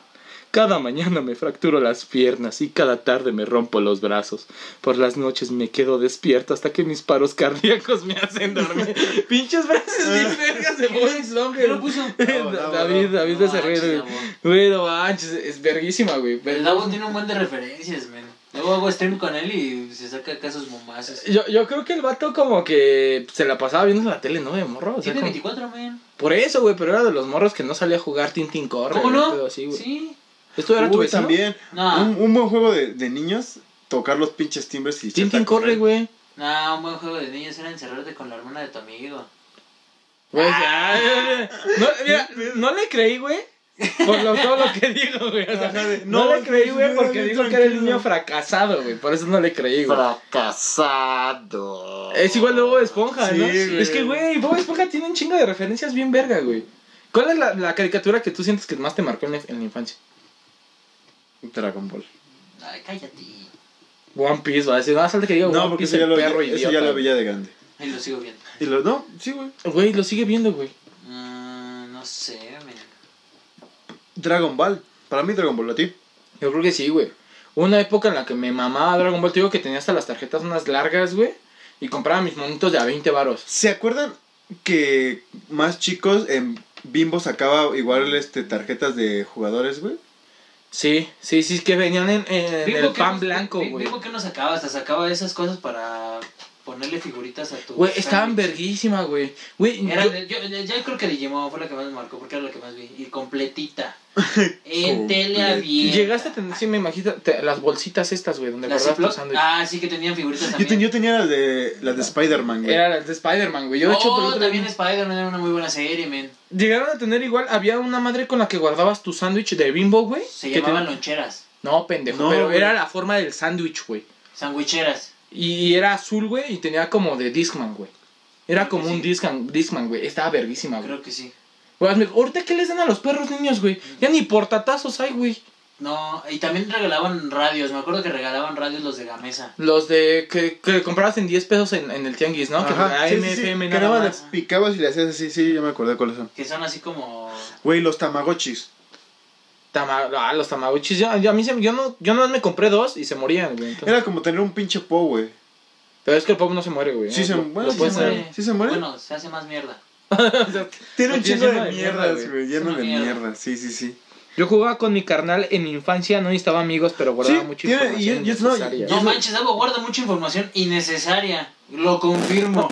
Cada mañana me fracturo las piernas y cada tarde me rompo los brazos. Por las noches me quedo despierto hasta que mis paros cardíacos me hacen <laughs> dormir. Pinches frases <laughs> bien vergas de Bob Esponja.
¿Qué lo puso?
Bravo, bravo,
David,
bravo.
David
No
de Cerrero,
manches,
güey.
Davo.
Güey, no manches, es verguísima, güey.
Pero el Davo <laughs> tiene un buen de referencias, men. Luego hago stream con él y se saca acá sus momazos.
Yo, yo creo que el vato como que se la pasaba viendo la tele, ¿no? De morro. O sea,
Tiene
como-
24, men.
Por eso, güey, pero era de los morros que no salía a jugar Tintin Corre.
¿Cómo
güey,
no?
todo así, güey.
Sí.
¿Esto era tu
Uy,
vecino?
también.
No,
Un, un buen juego de, de niños, tocar los pinches timbres y
Tintin
chatar con
Corre,
él.
güey.
no, un buen juego de niños era encerrarte con la hermana de tu amigo.
Güey, Pues,
Ah.
ay, No, mira,
pues.
no le creí, güey. Por lo, todo lo que digo, güey. O sea,
Ajá, de-
no,
Ah, no,
le creí, güey,
no,
porque
no,
dijo que era el
tranquilo.
niño fracasado, güey. Por eso no le creí, güey.
Fracasado.
Es igual de Bob Esponja,
Sí,
¿no?
güey.
Es que, güey, Bob Esponja tiene un chingo de referencias bien verga, güey. ¿Cuál es la, la caricatura que tú sientes que más te marcó en la, en la infancia?
Dragon Ball.
Ay, cállate.
One Piece, va a decir, no, salte que diga
No,
One
porque
Piece,
eso ya,
el
lo,
perro
eso
idiota.
ya lo veía de grande.
Ahí lo sigo viendo.
Y lo, no, sí, güey.
Güey, lo sigue viendo, güey.
Mm, no sé, men.
Dragon Ball. Para mí Dragon Ball, a ti.
Yo creo que sí, güey. Hubo Una época en la que me mamaba Dragon Ball, te digo que tenía hasta las tarjetas unas largas, güey. Y compraba mis monitos de a 20 varos.
¿Se acuerdan que más chicos en Bimbo sacaba igual este tarjetas de jugadores, güey?
Sí, sí, sí, que venían en, en
Vivo
el
que
pan
nos-
blanco,
vi-
güey.
Vivo que nos sacaba, hasta sacaba esas cosas para ponerle figuritas a tu.
Güey, estaban
sándwich.
verguísimas, güey. Güey,
Era
yo-
de- yo, yo, creo que Digimon fue la que más me marcó porque era la que más vi.
<laughs>
Y completita. en tele abierta.
llegaste a tener, sí, me imagino, te- las bolsitas estas, güey, donde
¿La
guardabas
Ziploc?
tu sándwich.
Ah, sí que tenían figuritas
Yo, ten-
también.
yo tenía las de, las de Spider-Man, güey.
Era las de Spider-Man, güey. Yo, de hecho, por
oh,
otro-
también Spider-Man era una muy buena serie, men.
Llegaron a tener igual, había una madre con la que guardabas tu sándwich de bimbo, güey.
Se
que
llamaban
te-
loncheras,
No, pendejo,
No,
pero
güey.
era la forma del sándwich, güey.
sandwicheras.
Y era azul, güey, y tenía como de Discman, güey. Era
Creo que
como un
sí.
Discman, Discman, güey. Estaba verguísima, güey.
Creo que sí.
Güey, hazme- Ahorita, ¿qué les dan a los perros niños, güey? Ya ni portatazos hay, güey.
No, y también regalaban radios. Me acuerdo que regalaban radios los de Gamesa.
Los de que, que comprabas en 10 pesos en, en el tianguis, ¿no?
Ajá,
que
sí,
AM,
sí, sí,
FM,
que
nada
nada más
más.
las picabas y le hacías así, sí, ya me acordé cuáles son.
Que son así como.
Güey, los tamagotchis.
Tama- ah, los tamagotchis. Yo, yo, a mí se- yo, no, yo no me compré dos y se morían, güey. entonces.
Era como tener un pinche po, güey.
Pero es que el pop no se muere, güey.
Sí se-
Lo-
bueno,
lo
sí
puedes
se
hacer.
muere. ¿Sí se muere?
Bueno, se hace más mierda.
O sea,
Tiene
lo
un
tienes
chingo
lleno
de mierdas, güey.
Es
Lleno
una
de
mierda.
mierdas, sí, sí, sí.
Yo jugaba con mi carnal en mi infancia, no necesitaba amigos, pero guardaba
Sí,
mucha
tiene-
información
y- y es- no,
necesaria.
y-
No
eso-
manches, Davo guarda mucha información innecesaria. Lo confirmo.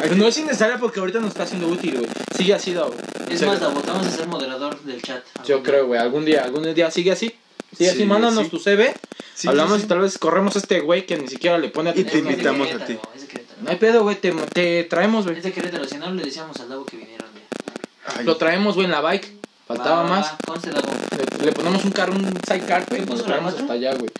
Pero no es innecesaria porque ahorita nos está siendo útil, güey. Sigue así, Davo.
Es
Sí.
más, Davo, te vamos a ser moderador del chat.
Yo creo, güey. Algún día, algún día sigue así. Sigue así,
Sí,
mándanos
sí.
tu CV.
Sí,
hablamos
sí, sí.
y tal vez corremos a este güey que ni siquiera le pone
Y
Es
te
que es
atención.
de
invitamos a
Querétaro,
ti.
Es de Querétaro.
No hay pedo, güey. Te, te traemos, güey.
Es de Querétaro, si no le decíamos al Davo que vinieron.
Ay,
Lo traemos, güey, en la bike. Faltaba más. Pues,
Conste, Davo.
Le, le ponemos un car, un sidecar, güey.
¿Quién
Nos
puso la
traemos
cuatro?
hasta allá, güey.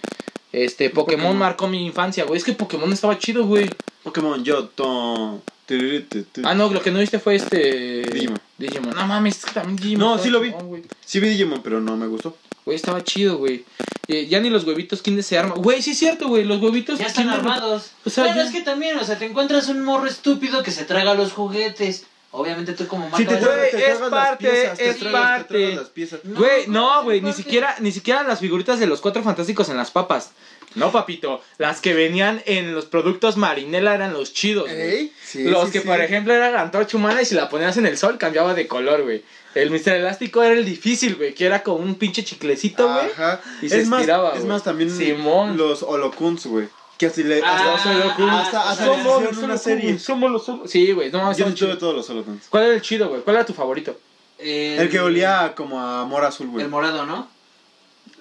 Este, Pokémon,
Pokémon.
marcó mi infancia, güey. Es que Pokémon estaba chido, güey.
Pokémon Yoto. Tiriritu.
Ah, no, lo que no viste fue este.
Digimon.
Digimon. No mames, es que también Digimon.
No,
estaba
sí lo vi.
chingón, güey.
Sí vi Digimon, pero no me gustó.
Güey, estaba chido, güey. Eh, ya ni los huevitos Kinder se arman. Güey, sí es cierto, güey. Los huevitos pues,
Ya están
Kinder-
armados.
O sea,
Pero
ya-
es que también, o sea, te encuentras un morro estúpido que se traga los juguetes. Obviamente tú como marca...
Sí, te
Güey,
tragas- te
es
tragas las
parte,
piezas, te tragas-
es
te
parte.
tragas las piezas.
Güey, no, güey, ni
porque-
siquiera, ni siquiera las figuritas de los cuatro fantásticos en las papas. No, papito, las que venían en los productos marinela eran los chidos. güey.
Ey, sí,
los
sí,
que,
sí.
por ejemplo, eran la antorcha humana y si la ponías en el sol cambiaba de color, güey. El Mr. Elástico era el difícil, güey, que era como un pinche chiclecito, güey.
Ajá.
Y se
Ah, es más,
estiraba,
es
güey.
más también
Simón.
los holocuns, güey. Que así le
Ah,
hasta-
hasta,
hasta- hasta-
hasta,
Ah, Somos los Holo Kun,
somos los Sí, güey, no mames.
Yo sí tuve
estaba chido.
todos los holocuns.
¿Cuál era el chido, güey? ¿Cuál era tu favorito?
el,
El que olía como a amor azul, güey.
El morado, ¿no?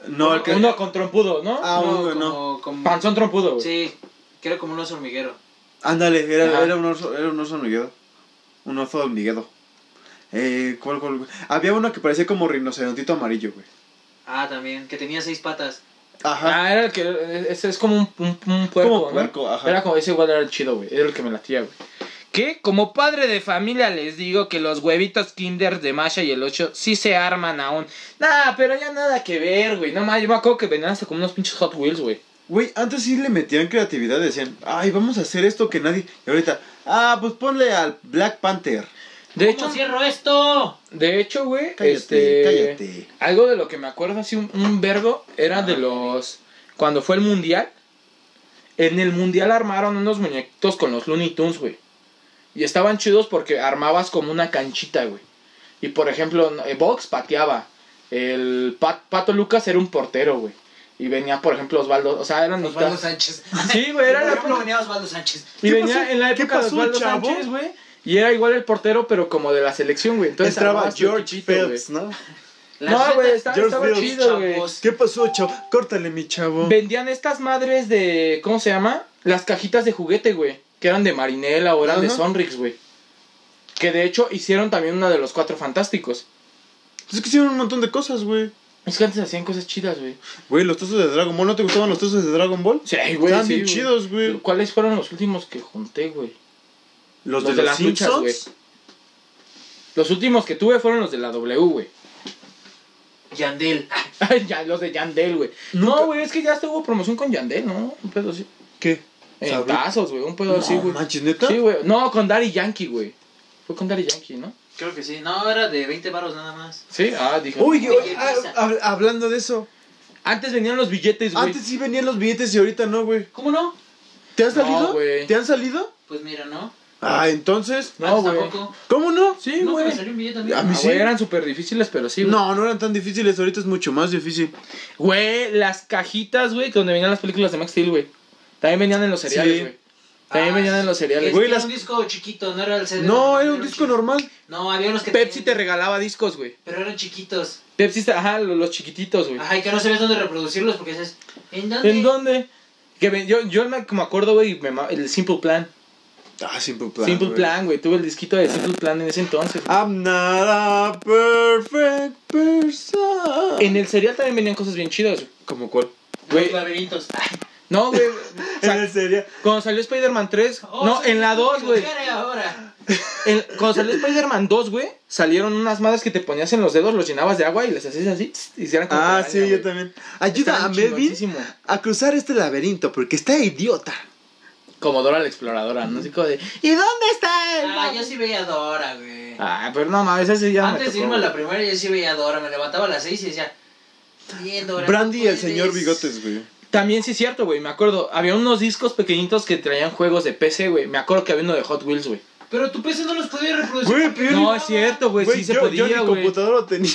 No, el que
Uno con trompudo, ¿no?
Ah, uno,
como, como-
Panzón trompudo, güey.
Sí, que era como un oso hormiguero.
Ándale, era,
Ajá.
era un oso, era un oso hormiguero. Un oso hormiguero. Eh, ¿cuál, cuál, güey? Había uno que parecía como rinocerontito amarillo, güey.
Ah, también, que tenía seis patas.
Ajá.
Ah, era el que. Ese es como un, un, un puerco.
Como
¿no?
puerco, ajá.
Era como, ese igual era el chido, güey. Era el que me latía, güey. Que como padre de familia les digo que los huevitos Kinder de Masha y el 8 sí se arman aún. Nah, pero ya nada que ver, güey. No más, yo me acuerdo que venían hasta como unos pinches Hot Wheels, güey.
Güey, antes sí le metían creatividad, decían, ay, vamos a hacer esto que nadie. Y ahorita, ah, pues ponle al Black Panther.
De
¿Cómo
hecho,
cierro esto?
de hecho, güey,
Cállate,
este.
cállate.
Algo de lo que me acuerdo así un, un vergo era de los. Cuando fue el mundial. En el mundial armaron unos muñequitos con los Looney Tunes, güey. Y estaban chidos porque armabas como una canchita, güey. Y por ejemplo, no- eh, Box pateaba. El Pat- Pato Lucas era un portero, güey. Y venía, por ejemplo, Osvaldo. O sea, eran.
Osvaldo Sánchez.
<laughs> Sí, güey, era
Por
la
ejemplo, venía Osvaldo Sánchez.
Y
¿Qué
venía
pasó?
en la
¿Qué
época de
pasó,
Osvaldo
chavo?
Sánchez, güey. Y era igual el portero, pero como de la selección, güey. Entonces
Entraba
armabas tu
George
equipito, güey.
Phelps, ¿no?
La
No,
neta,
güey, estaba,
George
estaba
Fields,
chido, güey.
chavos.
¿Qué pasó, chavo? Córtale, mi chavo.
Vendían estas madres de. ¿Cómo se llama? Las cajitas de juguete, güey. Que eran de Marinela o eran de
Ajá.
Sonrix, güey. Que de hecho hicieron también una de los cuatro fantásticos.
Pues es que hicieron un montón de cosas, güey.
Es que antes hacían cosas chidas, güey.
Güey, los tazos de Dragon Ball, ¿no te gustaban los tazos de Dragon Ball?
Sí, güey.
Estaban
sí,
bien
güey.
chidos, güey.
¿Cuáles fueron los últimos que junté, güey?
Los,
Los
de,
de
los
las luchas,
Simpsons.
güey. Los últimos que tuve fueron los de la W, güey. <laughs>
Yandel.
Ay, ya, los de Yandel, güey. No, güey, es que ya estuvo promoción con Yandel, ¿no? Un pedo así.
¿Qué?
En
¿Sabri?
tazos, güey. Un pedo
No,
así, güey.
manches, ¿neta?
Sí, güey. No, con Daddy Yankee, güey. Fue con Daddy Yankee, ¿no?
Creo que sí. No, era de 20 varos nada más.
Sí, ah, dije.
Uy,
Oye,
oye, ah, hab- hablando de eso.
Antes venían los billetes, güey.
Antes sí venían los billetes y ahorita no, güey.
¿Cómo no?
¿Te han
No,
salido?
güey.
¿Te han salido?
Pues mira, ¿no?
Ah, entonces.
No,
Antes
güey.
tampoco.
¿Cómo no?
Sí,
no,
güey.
pero salió un billete también.
A
Ah,
mí sí.
güey, eran súper difíciles, pero sí. güey.
No, no eran tan difíciles, ahorita es mucho más difícil.
Güey, las cajitas, güey, que donde venían las películas de Max Steel, güey. También venían en los cereales,
Sí.
güey. También
Ah,
venían en los
Es
cereales.
que
Güey,
era
las-
un disco chiquito, no era el CD.
No, era un disco
chiquito.
normal.
No, había unos que
Pepsi te
tenían-
regalaba discos, güey.
Pero eran chiquitos.
Pepsi, te- ajá, lo- los chiquititos, güey.
Ajá, y que no sabías dónde reproducirlos porque dices, ¿en Ah, dónde?
¿En dónde? Que me- yo, yo me, me acuerdo, güey, me ma- el Simple Plan.
Ah, Simple Plan.
Simple
güey.
Plan, güey. Tuve el disquito de Simple Plan en ese entonces. güey.
I'm not a perfect person.
En el cereal también venían cosas bien chidas, güey.
¿Cómo cuál?
Güey.
Los
<laughs>
laberintos.
No, güey. o sea,
en el serio.
cuando salió Spider-Man 3,
Oh,
no,
sí,
en la 2, güey.
¿qué haré ahora?
En- cuando salió Spider-Man 2, güey, salieron unas madres que te ponías en los dedos, los llenabas de agua y les hacías así, tss, y hicieran como
Ah,
telaraña,
sí,
güey.
yo también. Ayuda
Estaban
a Melvin
chingoncísimo.
a cruzar este laberinto porque está idiota.
Como Dora la exploradora, ¿no? Así como de, ¿y dónde está él?
Ah, yo sí veía a Dora, güey.
Ah, pero no, mames, ese ya me
Antes de
tocó,
irme a
güey.
la primaria yo sí veía a Dora, me levantaba a las 6 y decía, bien Dora.
Brandy y
no
el señor
puedes".
Bigotes, güey.
También sí es cierto, güey, me acuerdo. Había unos discos pequeñitos que traían juegos de PC, güey. Me acuerdo que había uno de Hot Wheels, güey.
Pero tu PC no los podía reproducir.
Güey, <laughs>
porque
pero-
No, es cierto, güey, sí
yo,
se
yo
podía,
ni
güey.
computadora lo tenía.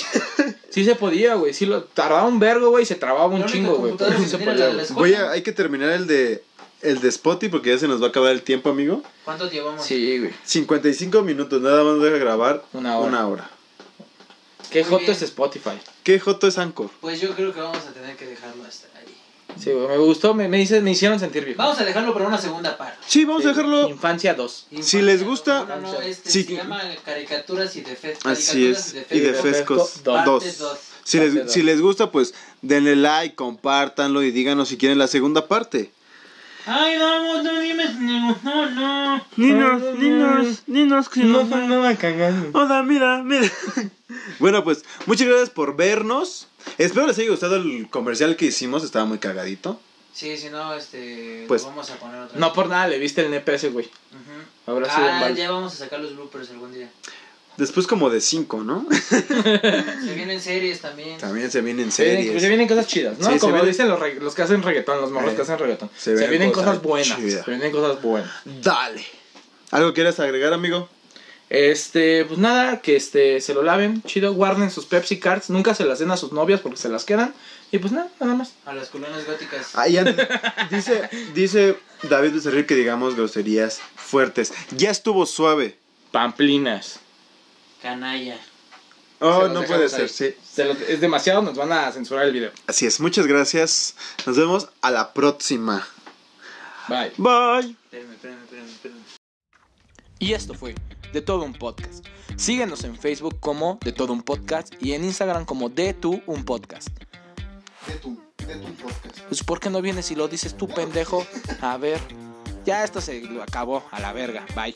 Sí se podía, güey. Sí lo tardaba un vergo, güey, y se trababa un
La única
chingo, güey. Pero
computadora
sí
que
se
tenía
podía,
era la
güey.
de
<laughs> Güey, hay que terminar el de el de Spotty porque ya se nos va a acabar el tiempo, amigo.
¿Cuánto llevamos?
Sí, güey.
55 minutos, nada más deja grabar
Una hora.
Una hora.
Qué
Muy
joto
bien.
es Spotify.
¿Qué joto es Anchor?
Pues yo creo que vamos a tener que dejarlo hasta ahí.
Sí, güey, me gustó, me, me, hice- me hicieron sentir bien.
Vamos a dejarlo para una segunda parte.
Sí, vamos a dejarlo.
Infancia 2.
Si les gusta-
No, no, este
Sí.
se llama Caricaturas y Defes.
Así es. Y de
fe-
Fescos
Dos.
Parte
2.
dos.
Si
Parte
les,
dos.
si les gusta, pues denle like, compártanlo y díganos si quieren la segunda parte.
Ay, vamos, no dime, no, no, no.
Niños, niños,
niños,
no me cagando.
Hola, mira, mira. bueno, pues muchas gracias por vernos. Espero les haya gustado el comercial que hicimos, estaba muy cagadito.
Sí, si no, este.
Pues-
Pues, vamos a poner otra.
No por nada le viste el nepe a ese güey.
Ujú.
Ahora sí,
Ah,
vale.
ya vamos a sacar los bloopers algún día.
Después como de 5, <laughs> ¿no?
Se vienen series también.
También se vienen
Se vienen-
series.
se vienen cosas chidas, ¿no?
Sí, se
Como
vienen-
dicen los, reg- los que hacen reggaetón, los morros
Eh,
que hacen reggaetón.
se
Se,
vienen
vienen
cosas
cosas, buenas.
chidas.
Se vienen cosas buenas.
Dale. ¿Algo quieres agregar, amigo?
Este, pues nada, que este se lo laven, chido, guarden sus Pepsi Cards, nunca se las den a sus novias porque se las quedan. Y pues nada, nada más.
A las colonias góticas.
Ahí an- dice, dice David Becerril que digamos groserías fuertes. Ya estuvo suave.
Pamplinas.
Canalla.
Oh,
Se los
no
dejamos
puede ser,
ahí.
sí.
Se lo- es demasiado, nos van a censurar el video.
Así es, muchas gracias. Nos vemos a la próxima.
Bye.
Bye.
Espérame, espérame, espérame, espérame.
Y esto fue De Todo Un Podcast. Síguenos en Facebook como De Todo Un Podcast y en Instagram como De Tu Un Podcast.
De tu, de tu podcast.
Pues ¿por qué no vienes y lo dices tú, pendejo? A ver, ya esto se acabó, a la verga, bye.